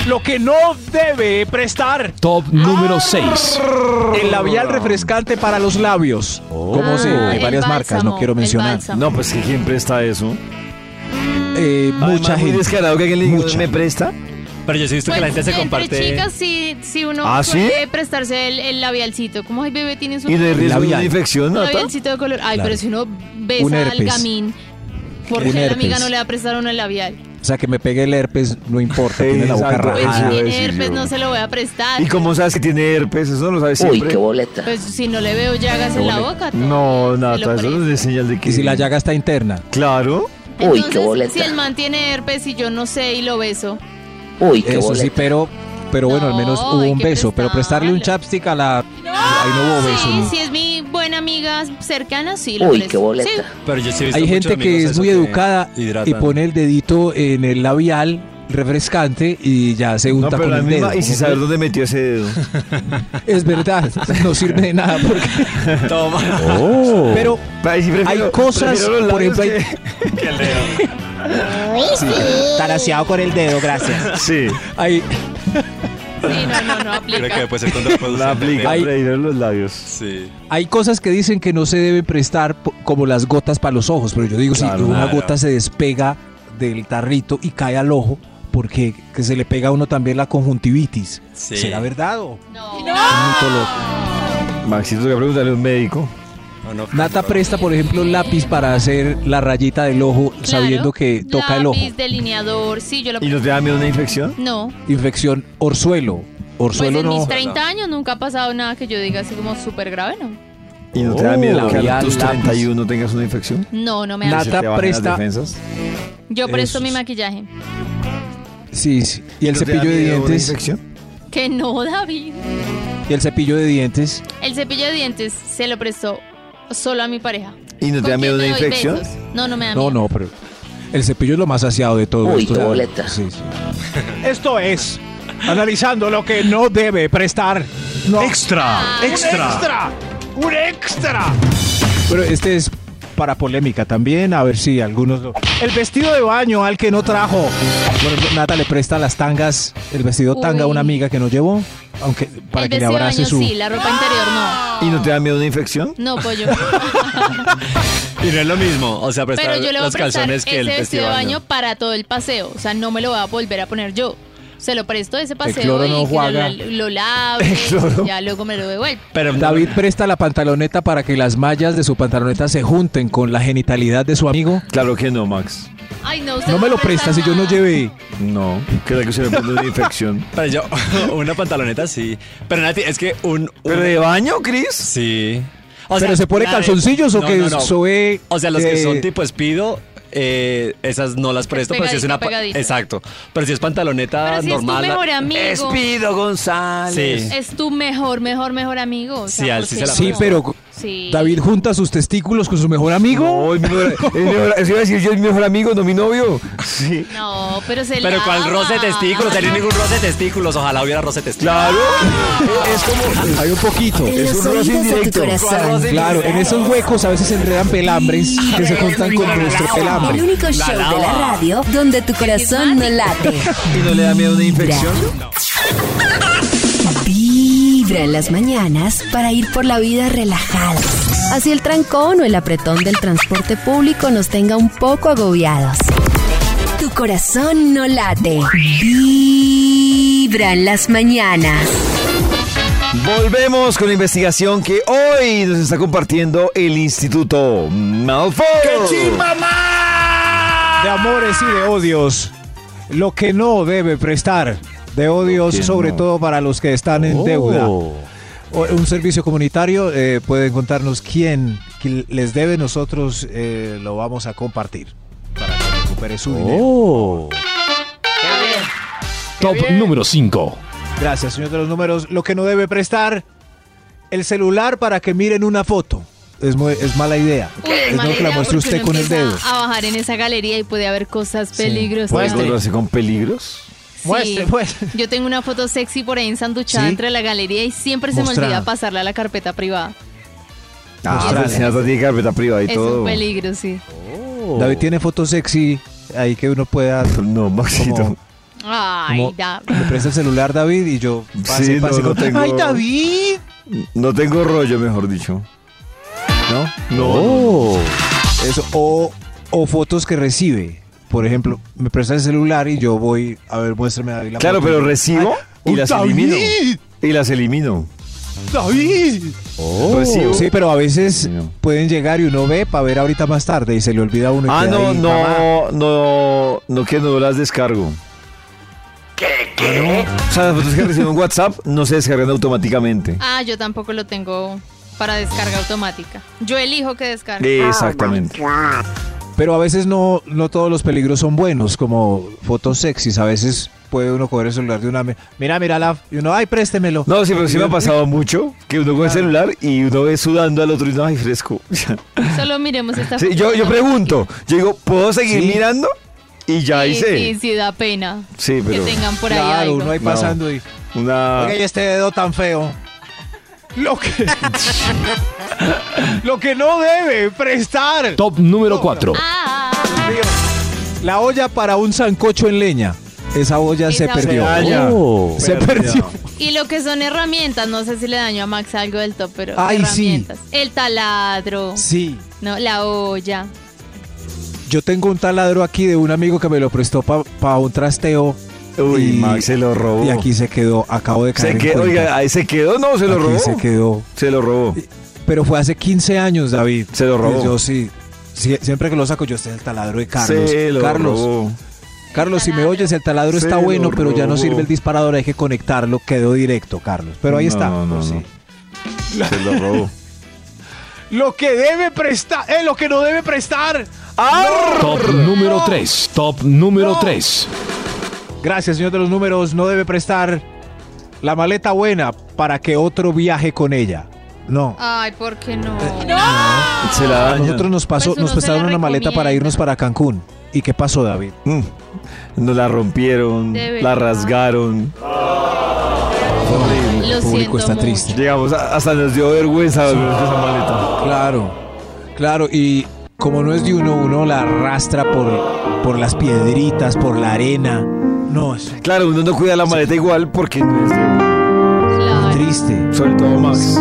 Speaker 4: Lo que no debe prestar
Speaker 12: Top
Speaker 7: Ah.
Speaker 12: número 6.
Speaker 7: El labial refrescante para los labios. ¿Cómo
Speaker 6: Ah,
Speaker 7: se? Hay
Speaker 6: el
Speaker 7: varias marcas, no
Speaker 6: bálsamo,
Speaker 7: quiero
Speaker 6: el
Speaker 7: mencionar.
Speaker 6: bálsamo.
Speaker 2: No, pues que quién presta eso.
Speaker 7: Eh, mucha
Speaker 2: Además, muy
Speaker 7: gente.
Speaker 2: descarado que alguien le diga,
Speaker 7: Mucha.
Speaker 2: ¿me presta?
Speaker 8: Pero yo sí he visto que la
Speaker 6: Pues,
Speaker 8: gente se
Speaker 6: entre
Speaker 8: comparte.
Speaker 6: chicas, si, si uno
Speaker 2: ¿Ah, sí?
Speaker 6: puede prestarse el, el labialcito. ¿Cómo el bebé tiene su
Speaker 2: ¿Y le riesgo de
Speaker 7: labial.
Speaker 2: una infección,
Speaker 6: un
Speaker 2: Nata?
Speaker 6: labialcito de color? Ay,
Speaker 7: Claro.
Speaker 6: pero si uno
Speaker 7: Un
Speaker 6: besa al
Speaker 7: herpes.
Speaker 6: gamín, ¿por
Speaker 7: Un
Speaker 6: qué la amiga
Speaker 7: herpes.
Speaker 6: no le va a prestar uno el labial?
Speaker 7: O sea, que me pegue el herpes, no importa, tiene la boca
Speaker 2: Exacto,
Speaker 6: Pues
Speaker 2: Ah,
Speaker 6: si
Speaker 2: iba
Speaker 7: rajada.
Speaker 2: a
Speaker 6: tiene
Speaker 2: decir
Speaker 6: herpes,
Speaker 2: yo.
Speaker 6: no se lo voy a prestar.
Speaker 2: ¿Y cómo sabes que tiene herpes? Eso no lo sabes siempre.
Speaker 9: boleta.
Speaker 6: Pues si no le veo llagas en la boca.
Speaker 2: No,
Speaker 6: todavía se lo
Speaker 2: Nata, eso no
Speaker 6: presto.
Speaker 2: es señal de que...
Speaker 7: Y si la llaga está interna.
Speaker 2: Claro.
Speaker 9: Uy, qué
Speaker 6: Entonces,
Speaker 9: boleta.
Speaker 6: Si el man tiene herpes y yo no sé y lo beso.
Speaker 9: Uy,
Speaker 7: Eso sí, pero, pero bueno, al menos
Speaker 6: No,
Speaker 7: hubo
Speaker 6: hay
Speaker 7: un
Speaker 6: que
Speaker 7: beso. Pero prestarle un
Speaker 6: prestarle.
Speaker 7: chapstick a la. Ahí no hubo beso.
Speaker 6: Sí,
Speaker 7: ¿no?
Speaker 6: si es mi buena amiga cercana, sí lo presto. Sí.
Speaker 8: Pero yo sí he visto
Speaker 7: Hay
Speaker 8: muchos
Speaker 7: gente que
Speaker 8: amigos
Speaker 7: es
Speaker 8: eso
Speaker 7: muy educada y
Speaker 8: hidratan.
Speaker 7: pone el dedito en el labial refrescante y ya se
Speaker 2: No,
Speaker 7: unta
Speaker 2: pero
Speaker 7: con
Speaker 2: la
Speaker 7: el dedo.
Speaker 2: misma... Y si
Speaker 7: Como
Speaker 2: saber dónde metió ese dedo.
Speaker 7: que- Es verdad, no sirve de nada porque...
Speaker 8: Toma.
Speaker 7: Pero
Speaker 2: Ay, sí, prefiero-
Speaker 7: hay cosas,
Speaker 2: prefiero los
Speaker 7: por ejemplo, hay...
Speaker 2: labios
Speaker 7: Sí, taraseado con el dedo, gracias.
Speaker 2: que- Sí,
Speaker 7: Hay,
Speaker 6: Sí, no, no, no
Speaker 8: Creo
Speaker 6: aplica.
Speaker 8: que puede ser contraproducente.
Speaker 2: la aplica,
Speaker 7: Hay-
Speaker 2: prefiero los labios.
Speaker 8: Sí.
Speaker 7: hay cosas que dicen que no se deben prestar po- como las gotas para los ojos, pero yo digo, si
Speaker 2: Claro.
Speaker 7: una
Speaker 8: Claro.
Speaker 7: gota se despega del tarrito y cae al ojo, porque que se le pega a uno también la conjuntivitis.
Speaker 8: Sí.
Speaker 7: ¿Será verdad o...?
Speaker 6: No.
Speaker 7: Un mito loco.
Speaker 2: Maxito, que preguntarle a un médico.
Speaker 8: No, no,
Speaker 7: Nata
Speaker 8: no.
Speaker 7: presta, por ejemplo, lápiz para hacer la rayita del ojo, sabiendo que toca el ojo.
Speaker 6: Lápiz, delineador, sí, yo lo
Speaker 2: ¿Y nos da miedo una infección?
Speaker 6: No.
Speaker 7: Infección orzuelo.
Speaker 6: Pues
Speaker 7: Orzuelo
Speaker 6: en mis
Speaker 7: no.
Speaker 6: 30 años nunca ha pasado nada que yo diga así como súper grave, ¿no?
Speaker 2: ¿Y no te da
Speaker 7: Oh,
Speaker 2: miedo que a
Speaker 7: labial,
Speaker 2: tus
Speaker 7: lápiz.
Speaker 2: 31 tengas una infección?
Speaker 6: No, no me
Speaker 7: Nada.
Speaker 6: da.
Speaker 2: ¿Y se te
Speaker 7: Nata
Speaker 2: bajan las
Speaker 7: presta-
Speaker 2: defensas?
Speaker 6: Yo presto
Speaker 2: Eso
Speaker 6: mi
Speaker 2: es.
Speaker 6: maquillaje.
Speaker 7: Sí, sí. Y el
Speaker 2: ¿No te da
Speaker 7: cepillo de
Speaker 2: miedo una
Speaker 7: dientes.
Speaker 2: infección?
Speaker 6: Que no, David.
Speaker 7: Y el cepillo de dientes.
Speaker 6: El cepillo de dientes se lo prestó solo a mi pareja.
Speaker 2: ¿Y no te
Speaker 6: ¿Con
Speaker 2: da
Speaker 6: quién
Speaker 2: miedo
Speaker 6: me
Speaker 2: una
Speaker 6: doy
Speaker 2: infección?
Speaker 6: besos? No, no me da miedo.
Speaker 7: No, no, pero. El cepillo es lo más aseado de todo.
Speaker 9: Uy,
Speaker 7: esto.
Speaker 9: qué boleta.
Speaker 7: Sí, sí.
Speaker 3: Esto es analizando lo que no debe prestar. No.
Speaker 12: Extra, extra.
Speaker 4: Extra. Un extra.
Speaker 7: Pero este es para polémica también, a ver si algunos lo- El vestido de baño al que no trajo. Bueno, Nata le presta las tangas, el vestido tanga a una
Speaker 6: Uy.
Speaker 7: amiga que no llevó, aunque para
Speaker 6: el
Speaker 7: que le
Speaker 6: vestido de
Speaker 7: abrace
Speaker 6: baño
Speaker 7: su...
Speaker 6: sí, la ropa interior no.
Speaker 2: ¿Y no te da miedo una infección?
Speaker 6: No, pollo.
Speaker 8: Y no es lo mismo. O sea, prestar
Speaker 6: Pero yo le voy a
Speaker 8: los
Speaker 6: prestar
Speaker 8: calzones
Speaker 6: ese
Speaker 8: que el
Speaker 6: vestido de baño
Speaker 8: baño.
Speaker 6: para todo el paseo. O sea, no me lo voy a volver a poner yo. Se lo presto ese paseo
Speaker 7: cloro
Speaker 6: y
Speaker 7: no
Speaker 6: que lo-
Speaker 7: juega.
Speaker 6: lo, lo lave, ya luego me lo devuelvo.
Speaker 8: Pero
Speaker 7: David presta la pantaloneta para que las mallas de su pantaloneta se junten con la genitalidad de su amigo.
Speaker 2: Claro que no, Max.
Speaker 6: Ay, no, usted
Speaker 7: No me lo
Speaker 6: presta
Speaker 7: presta si yo no
Speaker 6: nada.
Speaker 7: llevé.
Speaker 2: No. ¿Qué tal que se le pone una infección?
Speaker 8: Pero yo, una pantaloneta sí. Pero Nati, es que un.
Speaker 2: ¿Pero
Speaker 8: un-
Speaker 2: de baño, Chris?
Speaker 8: Sí. O
Speaker 7: ¿Pero se pone
Speaker 8: la de-
Speaker 7: calzoncillos o
Speaker 8: No,
Speaker 7: que
Speaker 8: no, no.
Speaker 7: soe,
Speaker 8: O sea, los que
Speaker 7: eh,
Speaker 8: son tipo espido, eh, esas no las presto, pero si es
Speaker 6: pegadita,
Speaker 8: una. pa-
Speaker 6: pegadita.
Speaker 8: Exacto. Pero si es pantaloneta
Speaker 6: Pero si es tu
Speaker 8: normal. la-
Speaker 6: mejor amigo.
Speaker 2: Espido González.
Speaker 8: Sí.
Speaker 6: Es tu mejor, mejor, mejor amigo. O sea,
Speaker 8: Sí, al-
Speaker 6: ¿por
Speaker 8: sí
Speaker 6: qué
Speaker 8: se la
Speaker 6: no?
Speaker 7: Sí, pero
Speaker 6: Sí.
Speaker 7: David junta sus testículos con su mejor amigo.
Speaker 2: No, el mejor, el mejor- eso iba a decir yo, el mejor amigo, no mi novio. Sí.
Speaker 6: No, pero se
Speaker 8: Pero cuál roce de testículos, sería ningún roce de testículos. Ojalá hubiera roce de testículos.
Speaker 2: Claro.
Speaker 7: es como hay un poquito.
Speaker 1: En
Speaker 2: Es
Speaker 1: los
Speaker 2: un roce
Speaker 1: oídos de tu
Speaker 2: indirecto.
Speaker 1: corazón.
Speaker 7: Claro, en esos huecos a veces se enredan pelambres que se juntan con nuestro
Speaker 1: El
Speaker 7: pelambre.
Speaker 1: único show de la radio donde tu corazón no late.
Speaker 2: ¿Y no le da miedo una infección?
Speaker 1: Vibra en las mañanas para ir por la vida relajados. Así el trancón o el apretón del transporte público nos tenga un poco agobiados. Tu corazón no late. Vibra en las mañanas.
Speaker 2: Volvemos con la investigación que hoy nos está compartiendo el Instituto Malfoy. Ah,
Speaker 3: De amores y de odios. Lo que no debe prestar.
Speaker 7: De odios,
Speaker 13: ¿Por qué
Speaker 7: sobre
Speaker 13: no?
Speaker 7: todo para los que están en
Speaker 13: Oh.
Speaker 7: deuda. O- Un servicio comunitario eh, pueden contarnos quién qui- les debe, nosotros eh, lo vamos a compartir para que recupere su dinero.
Speaker 3: Oh. Top número 5.
Speaker 7: Gracias, señor de los números. Lo que no debe prestar, el celular para que miren una foto. Es, muy- es mala idea.
Speaker 6: Uy,
Speaker 7: es no
Speaker 6: mala
Speaker 7: que la
Speaker 6: idea, porque
Speaker 7: muestre usted
Speaker 6: uno
Speaker 7: con el
Speaker 6: empieza
Speaker 7: dedo.
Speaker 6: A bajar en esa galería y puede haber cosas peligrosas.
Speaker 2: ¿Puede
Speaker 6: Sí.
Speaker 2: encontrarse con peligros?
Speaker 6: Sí. Yo tengo una foto sexy por ahí ensanduchada
Speaker 2: ¿Sí?
Speaker 6: entre la galería y siempre se
Speaker 2: Mostrá.
Speaker 6: me olvida pasarla a la carpeta privada.
Speaker 2: Ah,
Speaker 7: Mostrarle.
Speaker 2: pero si hasta tiene carpeta privada y
Speaker 6: es
Speaker 2: todo.
Speaker 6: un peligro, sí.
Speaker 7: David tiene fotos sexy ahí que uno pueda.
Speaker 2: No, Maxito.
Speaker 6: Ay,
Speaker 7: Como-
Speaker 6: da.
Speaker 7: Me presta el celular, David, y yo pase,
Speaker 2: Sí, no,
Speaker 7: pase
Speaker 2: no
Speaker 7: con-
Speaker 2: tengo-
Speaker 7: ¡Ay, David!
Speaker 2: No tengo rollo, mejor dicho. Oh,
Speaker 7: ¿No?
Speaker 2: No.
Speaker 7: Eso, o, o fotos que recibe. Por ejemplo, me presta el celular y yo voy, a ver, muéstrame David. la
Speaker 2: Claro,
Speaker 7: foto.
Speaker 2: pero recibo
Speaker 7: Ay,
Speaker 2: y las
Speaker 7: ¡David!
Speaker 2: elimino. Y las elimino.
Speaker 7: ¡David!
Speaker 2: Recibo.
Speaker 7: Oh. Sí, pero a veces pueden llegar y uno ve para ver ahorita más tarde y se le olvida a uno. y
Speaker 2: Ah,
Speaker 7: queda
Speaker 2: no,
Speaker 7: ahí,
Speaker 2: no, no, no, que no las descargo. ¿Qué? O sea, las fotos que recibo en WhatsApp no se descargan automáticamente.
Speaker 6: Ah, yo tampoco lo tengo para descarga automática. Yo elijo que descargue.
Speaker 2: Exactamente.
Speaker 7: Pero a veces no, no todos los peligros son buenos, como fotos sexys. A veces puede uno coger el celular de una. me- Mira, mira, la. Y uno, ay, préstemelo.
Speaker 2: No, sí, pero sí me ha
Speaker 7: Y-
Speaker 2: pasado mucho que uno con el celular y uno ve sudando al otro y no, ay, fresco.
Speaker 6: Solo miremos esta
Speaker 2: Sí,
Speaker 6: foto.
Speaker 2: yo, yo pregunto, yo digo, ¿puedo seguir
Speaker 7: Sí.
Speaker 2: mirando? Y ya
Speaker 6: Sí,
Speaker 2: hice.
Speaker 6: sí, sí, da pena.
Speaker 2: Sí, pero-
Speaker 6: Que tengan por ahí
Speaker 7: Claro,
Speaker 6: algo.
Speaker 7: uno ahí
Speaker 2: No.
Speaker 7: pasando y.
Speaker 2: Una.
Speaker 7: Oiga, y este dedo tan feo. Lo que.
Speaker 14: Lo que no debe prestar.
Speaker 3: Top número 4.
Speaker 6: Ah,
Speaker 7: La olla para un sancocho en leña. Esa olla se
Speaker 6: Esa
Speaker 7: perdió.
Speaker 3: olla. Oh.
Speaker 7: Se
Speaker 3: Perdida.
Speaker 7: perdió.
Speaker 6: Y lo que son herramientas, no sé si le daño a Max algo del top, pero
Speaker 7: Ay, sí.
Speaker 6: herramientas. El taladro.
Speaker 7: Sí.
Speaker 6: No, la olla.
Speaker 7: Yo tengo un taladro aquí de un amigo que me lo prestó para un trasteo.
Speaker 2: Uy,
Speaker 7: y-
Speaker 2: Max se lo robó.
Speaker 7: Y aquí se quedó. Acabo de caer.
Speaker 2: Se
Speaker 7: en
Speaker 2: quedó,
Speaker 7: cuenta.
Speaker 2: oiga, ahí se quedó, no, se lo
Speaker 7: Aquí
Speaker 2: robó.
Speaker 7: se quedó. Eh,
Speaker 2: Se lo robó.
Speaker 7: Pero fue hace 15 años, David.
Speaker 2: Se lo robó.
Speaker 7: Y Yo sí. sí, siempre que lo saco, yo estoy el taladro de Carlos.
Speaker 2: Se lo
Speaker 7: Carlos.
Speaker 2: robó.
Speaker 7: Carlos, si me oyes, el taladro
Speaker 2: Se
Speaker 7: está
Speaker 2: lo
Speaker 7: bueno, pero ya no
Speaker 2: robó.
Speaker 7: sirve el disparador, hay que conectarlo, quedó directo, Carlos. Pero ahí
Speaker 2: No,
Speaker 7: está.
Speaker 2: no,
Speaker 7: pues,
Speaker 2: no.
Speaker 7: sí.
Speaker 2: Se lo robó.
Speaker 14: Lo que debe prestar. Eh, lo que no debe prestar.
Speaker 3: Top número 3. Top número 3.
Speaker 7: Gracias, señor de los números. No debe prestar la maleta buena para que otro viaje con ella. No.
Speaker 6: Ay, ¿por qué no?
Speaker 7: Eh,
Speaker 2: Se la
Speaker 7: A
Speaker 2: daña.
Speaker 7: nosotros nos pasó,
Speaker 6: Pues uno
Speaker 7: nos
Speaker 6: se
Speaker 7: prestaron
Speaker 6: la
Speaker 7: una maleta para irnos para Cancún. ¿Y qué pasó, David?
Speaker 2: Mm. Nos la rompieron,
Speaker 6: De
Speaker 2: la
Speaker 6: verdad.
Speaker 2: rasgaron.
Speaker 6: Lo
Speaker 7: el
Speaker 6: siento
Speaker 7: público está
Speaker 6: mucho.
Speaker 7: triste.
Speaker 2: Llegamos, a- hasta nos dio vergüenza volvernos esa maleta.
Speaker 7: Claro, claro, y como no es de uno, uno la arrastra por, por las piedritas, por la arena. No, es
Speaker 2: Claro, uno no cuida la maleta igual porque no es de uno.
Speaker 6: Claro.
Speaker 7: triste.
Speaker 2: Sobre todo Max.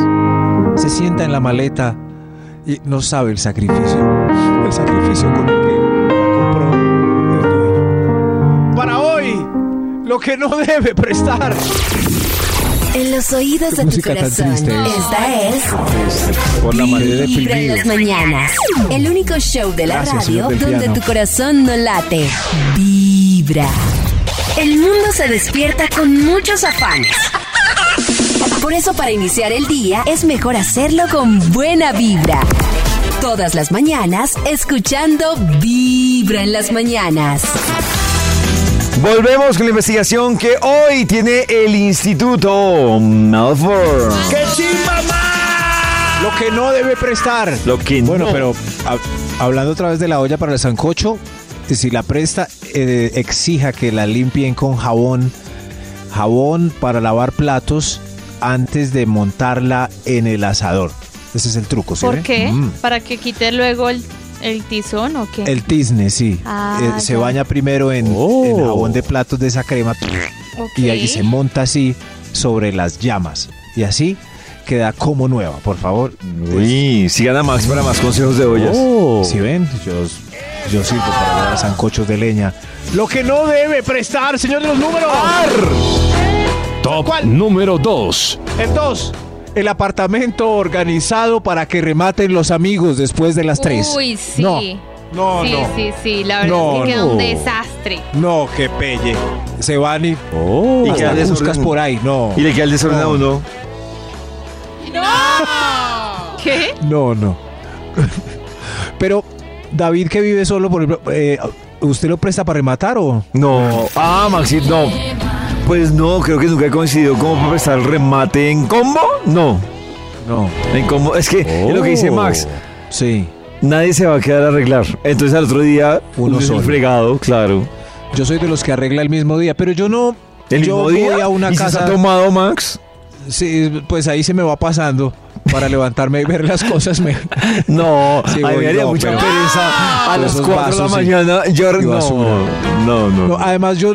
Speaker 7: Se sienta en la maleta y no sabe el sacrificio. El sacrificio con el que la compró el dueño.
Speaker 14: Para hoy. Lo que no debe prestar.
Speaker 1: En los oídos de tu
Speaker 7: música tan
Speaker 1: corazón,
Speaker 7: triste es.
Speaker 1: esta es
Speaker 2: Por la maleta de
Speaker 1: Vibra en las mañanas. El único show de la
Speaker 7: Gracias,
Speaker 1: radio
Speaker 7: señor del
Speaker 1: donde
Speaker 7: piano.
Speaker 1: tu corazón no late. Vibra. El mundo se despierta con muchos afanes. Por eso para iniciar el día es mejor hacerlo con buena vibra. Todas las mañanas escuchando Vibra en las mañanas.
Speaker 2: Volvemos con la investigación que hoy tiene el Instituto Malfour.
Speaker 14: ¡Qué chimba más!
Speaker 7: Lo que no debe prestar.
Speaker 2: Lo que
Speaker 7: Bueno,
Speaker 2: no-
Speaker 7: pero hab- hablando otra vez de la olla para el sancocho, si la presta, eh, exija que la limpien con jabón, jabón para lavar platos antes de montarla en el asador. Ese es el truco, ¿sí?
Speaker 6: ¿Por
Speaker 7: ve?
Speaker 6: qué?
Speaker 7: Mm.
Speaker 6: ¿Para que quite luego el, el tizón o qué?
Speaker 7: El tizne, sí.
Speaker 6: Ah,
Speaker 7: Eh, se
Speaker 6: ya.
Speaker 7: baña primero en, en jabón de platos de esa crema
Speaker 6: Ok.
Speaker 7: y ahí se monta así sobre las llamas. Y así queda como nueva, por favor.
Speaker 2: Uy, sigan a Max para más consejos de ollas.
Speaker 7: Si ven, yo, yo sirvo para llevar sancochos de leña.
Speaker 14: Lo que no debe prestar, señor de los números.
Speaker 3: Top número 2.
Speaker 14: El 2.
Speaker 7: El apartamento organizado para que rematen los amigos después de las 3.
Speaker 6: Uy, sí.
Speaker 7: No, No,
Speaker 6: sí,
Speaker 7: no.
Speaker 6: sí, sí, la verdad
Speaker 7: No,
Speaker 6: es que queda un
Speaker 7: no.
Speaker 6: desastre.
Speaker 7: No, qué pelle. Se van y.
Speaker 2: Y
Speaker 7: hasta
Speaker 2: queda el
Speaker 7: buscas
Speaker 2: desorden.
Speaker 7: por ahí. No.
Speaker 2: Y le queda el desorden a uno.
Speaker 6: ¿Qué?
Speaker 7: No, no. Pero, David, que vive solo, por ejemplo, eh, ¿usted lo presta para rematar o.?
Speaker 2: No. Ah, Maxi, no. Pues no, creo que nunca he coincidido como para prestar el remate en combo. No.
Speaker 7: No.
Speaker 2: En combo. Es que es lo que
Speaker 7: Oh.
Speaker 2: dice Max.
Speaker 7: Sí.
Speaker 2: Nadie se va a quedar a arreglar. Entonces al otro día,
Speaker 7: Uno
Speaker 2: uno es el
Speaker 7: solo.
Speaker 2: fregado, claro.
Speaker 7: Yo soy de los que arregla el mismo día, pero yo no.
Speaker 2: ¿El
Speaker 7: yo
Speaker 2: mismo
Speaker 7: voy
Speaker 2: día?
Speaker 7: a una
Speaker 2: ¿Y si
Speaker 7: casa.
Speaker 2: está tomado, Max?
Speaker 7: Sí, pues ahí se me va pasando para levantarme y ver las cosas. Me...
Speaker 2: No,
Speaker 7: Sí,
Speaker 2: a mí
Speaker 7: voy,
Speaker 2: me haría
Speaker 7: no,
Speaker 2: mucha
Speaker 7: pero-
Speaker 2: pereza a
Speaker 7: Pero
Speaker 2: las
Speaker 7: esos
Speaker 2: 4 de la
Speaker 7: vasos, sí.
Speaker 2: mañana. Yo
Speaker 7: Y
Speaker 2: no,
Speaker 7: basura.
Speaker 2: no, no.
Speaker 7: No, además yo,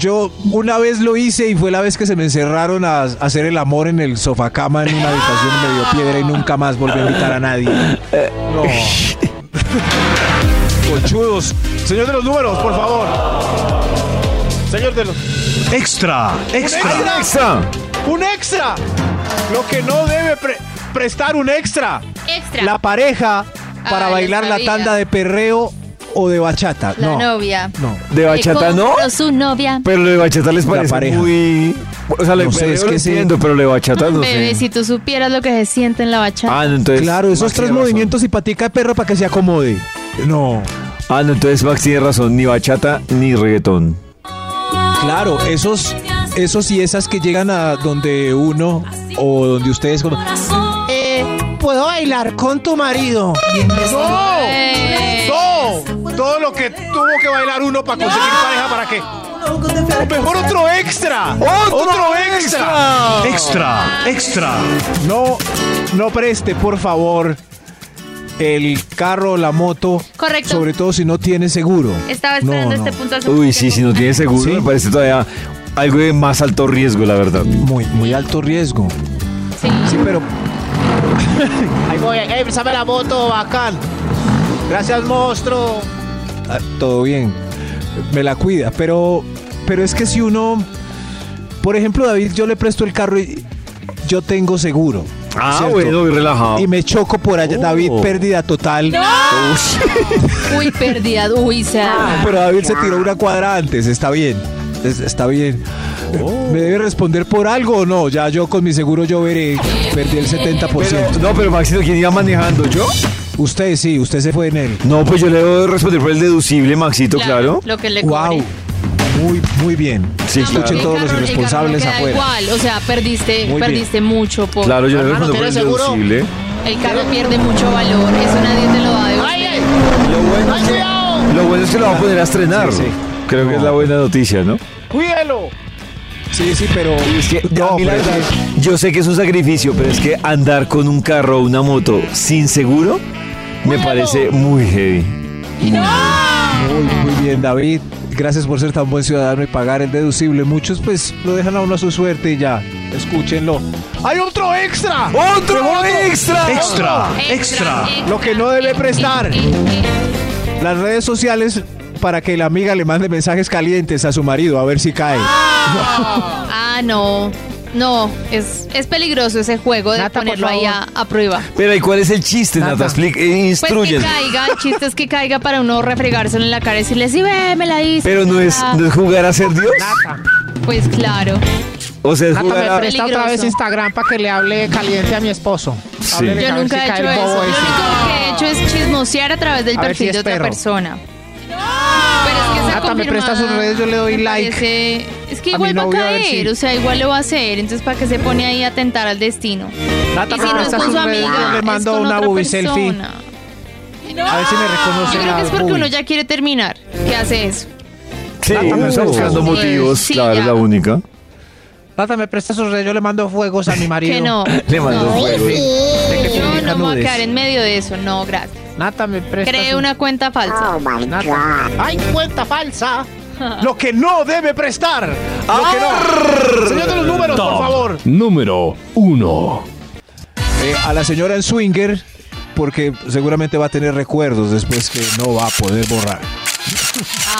Speaker 7: yo una vez lo hice y fue la vez que se me encerraron a, a hacer el amor en el sofá cama en una habitación y me dio piedra y nunca más volví a invitar a nadie. No. Conchudos.
Speaker 15: Señor de los números, por favor. Señor de los.
Speaker 3: Extra,
Speaker 15: extra. ¡Un extra! Lo que no debe pre- prestar un extra.
Speaker 6: Extra.
Speaker 7: La pareja para
Speaker 6: Ah, ya
Speaker 7: bailar la
Speaker 6: sabía.
Speaker 7: tanda de perreo o de bachata.
Speaker 6: La
Speaker 7: no.
Speaker 6: novia.
Speaker 7: No.
Speaker 2: ¿De bachata
Speaker 6: Le
Speaker 2: no?
Speaker 6: compró su novia.
Speaker 2: Pero lo de bachata les
Speaker 7: La
Speaker 2: parece
Speaker 7: pareja.
Speaker 2: muy... O sea, le
Speaker 7: No sé, es
Speaker 2: perreo lo
Speaker 7: que sí.
Speaker 2: entiendo, pero lo de bachata no
Speaker 6: Bebé,
Speaker 2: sé.
Speaker 6: si tú supieras lo que se siente en la bachata.
Speaker 2: Ah, no, entonces...
Speaker 7: Claro, esos
Speaker 2: Max
Speaker 7: tres
Speaker 2: tiene razón.
Speaker 7: movimientos y patica de perro para que se acomode. No.
Speaker 2: Ah, no, entonces Max tiene razón. Ni bachata, ni reggaetón.
Speaker 7: Claro, esos, esos y esas que llegan a donde uno o donde ustedes. como-
Speaker 8: Eh, ¿Puedo bailar con tu marido? pues,
Speaker 15: ¡No!
Speaker 6: Eh.
Speaker 15: ¡No! Todo lo que tuvo que bailar uno para conseguir pareja, ¿para qué? Mejor otro extra.
Speaker 2: ¡Otro
Speaker 15: extra!
Speaker 3: Extra, extra.
Speaker 7: No, no preste, por favor, el carro o la moto.
Speaker 6: Correcto.
Speaker 7: Sobre todo si no tiene seguro.
Speaker 6: Estaba
Speaker 7: No,
Speaker 6: esperando
Speaker 7: no.
Speaker 6: este punto. hace
Speaker 2: Uy,
Speaker 6: mucho
Speaker 2: sí, si
Speaker 6: tiempo.
Speaker 2: no tiene seguro,
Speaker 7: Sí.
Speaker 2: me parece todavía algo de más alto riesgo, la verdad.
Speaker 7: Muy, muy alto riesgo.
Speaker 6: Sí.
Speaker 7: Sí, pero
Speaker 8: Ahí voy, ahí sabe la moto, bacán. Gracias, monstruo.
Speaker 7: ah, todo bien. Me la cuida. Pero, pero es que si uno. Por ejemplo, David, yo le presto el carro y yo tengo seguro.
Speaker 2: Ah,
Speaker 7: ¿cierto?
Speaker 2: bueno, y relajado.
Speaker 7: Y me choco por allá.
Speaker 2: Oh.
Speaker 7: David, pérdida total.
Speaker 6: Uy, perdida. Uy, se
Speaker 7: Pero David se tiró una cuadra antes, está bien. es- está bien.
Speaker 2: Oh.
Speaker 7: ¿Me debe responder por algo o no? Ya yo con mi seguro yo veré. Perdí el 70%.
Speaker 2: Pero- no, pero Maxito, ¿quién iba manejando? ¿Yo?
Speaker 7: usted sí, usted se fue en él.
Speaker 2: No, pues yo le debo responder por el deducible, Maxito, claro.
Speaker 6: Lo que le
Speaker 7: wow.
Speaker 6: cobre.
Speaker 7: Muy, muy bien.
Speaker 2: Sí,
Speaker 6: No, porque
Speaker 7: Escuchen
Speaker 6: el
Speaker 7: todos
Speaker 6: carro-
Speaker 7: los
Speaker 6: el carro
Speaker 7: irresponsables
Speaker 6: no queda
Speaker 7: afuera.
Speaker 6: Igual, o sea, perdiste,
Speaker 7: Muy bien.
Speaker 6: perdiste mucho. Por,
Speaker 2: Claro, yo le debo
Speaker 8: Hermano,
Speaker 2: responder por el
Speaker 8: ¿tiene seguro?
Speaker 2: deducible.
Speaker 6: El carro pierde mucho valor. Eso nadie te lo va a
Speaker 8: ¡Ay,
Speaker 6: devolver.
Speaker 2: Lo bueno, es que, lo bueno es que lo va a poder a estrenar.
Speaker 7: Sí, sí.
Speaker 2: Creo que es la buena noticia, ¿no?
Speaker 15: ¡Cuídelo!
Speaker 7: Sí, sí, pero.
Speaker 2: Es que,
Speaker 7: No,
Speaker 2: a mí la
Speaker 7: pero es
Speaker 2: verdad, yo sé que es un sacrificio, pero es que andar con un carro o una moto sin seguro me parece muy heavy.
Speaker 7: Muy, muy bien, David. Gracias por ser tan buen ciudadano y pagar el deducible. Muchos, pues, lo dejan a uno a su suerte y ya. Escúchenlo.
Speaker 15: ¡Hay otro extra!
Speaker 2: ¡Otro extra! Ah,
Speaker 3: Extra, extra.
Speaker 15: Lo que no debe prestar.
Speaker 6: eh,
Speaker 7: Las redes sociales para que la amiga le mande mensajes calientes a su marido a ver si cae.
Speaker 6: Ah, no. No, es, es peligroso ese juego de
Speaker 8: Nata, por
Speaker 6: ponerlo ahí a, a prueba.
Speaker 2: Pero ¿y cuál es el chiste, Nata? Explica, eh,
Speaker 6: Pues
Speaker 2: instruyen.
Speaker 6: que caiga, el chiste es que caiga para uno refregárselo en la cara y decirle, sí, ve, me la dice.
Speaker 2: Pero no es,
Speaker 6: Ah.
Speaker 2: no es jugar a ser Dios.
Speaker 6: Pues claro.
Speaker 2: O sea, es
Speaker 8: Nata,
Speaker 2: jugar
Speaker 8: me
Speaker 2: a...
Speaker 8: presta otra
Speaker 6: Peligroso.
Speaker 8: vez Instagram para que le hable caliente a mi esposo.
Speaker 2: Sí.
Speaker 8: Háblele
Speaker 6: Yo
Speaker 8: a ver
Speaker 6: nunca
Speaker 8: si
Speaker 6: he
Speaker 8: cae
Speaker 6: hecho
Speaker 8: el bobo
Speaker 6: eso. Lo
Speaker 8: ese.
Speaker 6: único que he hecho es chismosear a través del
Speaker 8: A ver
Speaker 6: perfil
Speaker 8: si es
Speaker 6: de otra
Speaker 8: perro.
Speaker 6: persona. Pero es que esa
Speaker 8: Nata, me presta
Speaker 6: confirmada
Speaker 8: sus redes, yo le doy
Speaker 6: me
Speaker 8: like
Speaker 6: parece- Es que
Speaker 8: a
Speaker 6: igual
Speaker 8: mi
Speaker 6: va a
Speaker 8: novio, a ver
Speaker 6: caer,
Speaker 8: si-
Speaker 6: o sea, igual lo va a hacer. Entonces, ¿para qué se pone ahí a tentar al destino?
Speaker 8: Nata,
Speaker 6: y
Speaker 8: me
Speaker 6: si no es
Speaker 8: presta
Speaker 6: con
Speaker 8: sus
Speaker 6: su
Speaker 8: redes,
Speaker 6: amiga,
Speaker 8: yo le mando
Speaker 6: es con
Speaker 8: una
Speaker 6: otra
Speaker 8: boobie selfie.
Speaker 6: persona.
Speaker 8: A ver si me reconoce
Speaker 6: Yo creo
Speaker 8: la
Speaker 6: que es porque
Speaker 8: boobie.
Speaker 6: uno ya quiere terminar. ¿Qué hace eso?
Speaker 2: Sí,
Speaker 8: Nata,
Speaker 2: uno
Speaker 8: me gusta.
Speaker 2: está Uh. buscando
Speaker 6: Sí,
Speaker 2: motivos,
Speaker 6: sí,
Speaker 2: claro, es
Speaker 6: ya.
Speaker 2: la única.
Speaker 8: Nata, me presta sus redes, yo le mando fuegos a mi marido.
Speaker 6: Que no.
Speaker 2: Le mandó
Speaker 6: No.
Speaker 2: un
Speaker 8: ¿eh?
Speaker 2: juego.
Speaker 6: Yo no me voy a
Speaker 8: Canudes.
Speaker 6: quedar en medio de eso, no, gracias.
Speaker 8: Nata, me presta
Speaker 6: Cree
Speaker 8: sus-
Speaker 6: una cuenta
Speaker 2: Ah,
Speaker 6: falsa.
Speaker 8: Nata. ¡Ay, cuenta falsa!
Speaker 6: Ah.
Speaker 15: Lo que no debe prestar. Lo que no. Señor de los números, por favor.
Speaker 3: Top número uno.
Speaker 7: Eh, a la señora en Swinger, porque seguramente va a tener recuerdos después que no va a poder borrar.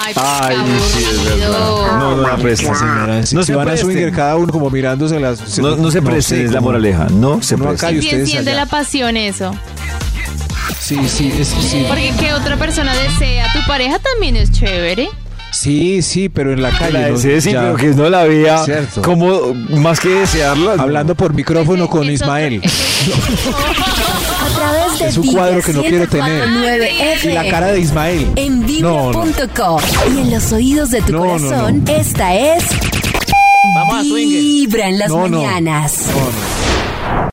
Speaker 6: Ay, por
Speaker 2: Ay,
Speaker 6: favor,
Speaker 2: sí, es verdad.
Speaker 6: Dios.
Speaker 2: No, no la presta, señora.
Speaker 7: Si
Speaker 2: No
Speaker 7: si
Speaker 2: se
Speaker 7: van a Swinger,
Speaker 2: presten.
Speaker 7: cada uno como mirándose las.
Speaker 2: No, no se presten,
Speaker 7: sé,
Speaker 2: es la
Speaker 7: como-
Speaker 2: moraleja. No se
Speaker 7: No
Speaker 2: presten.
Speaker 7: acá y
Speaker 6: Si
Speaker 7: ustedes
Speaker 6: enciende
Speaker 7: allá.
Speaker 6: la pasión eso.
Speaker 7: Sí, sí, es, sí.
Speaker 6: Porque que otra persona desea tu pareja también es chévere.
Speaker 7: Sí, sí, pero en la calle.
Speaker 2: La
Speaker 7: ¿no?
Speaker 2: deseé, sí,
Speaker 7: Ya.
Speaker 2: pero que no la vea.
Speaker 7: Cierto.
Speaker 2: Como más que desearla.
Speaker 7: Hablando por micrófono con Ismael.
Speaker 1: A través de
Speaker 7: Es un cuadro que no quiero tener.
Speaker 1: 104.9
Speaker 7: Y la
Speaker 1: FM.
Speaker 7: cara de Ismael.
Speaker 1: En
Speaker 7: No, no.
Speaker 1: vibra.com. Y en los oídos de tu
Speaker 7: No, no, no.
Speaker 1: corazón, esta es.
Speaker 8: Vamos a swing.
Speaker 1: Vibra en las
Speaker 7: No, no.
Speaker 1: mañanas.
Speaker 7: No, no.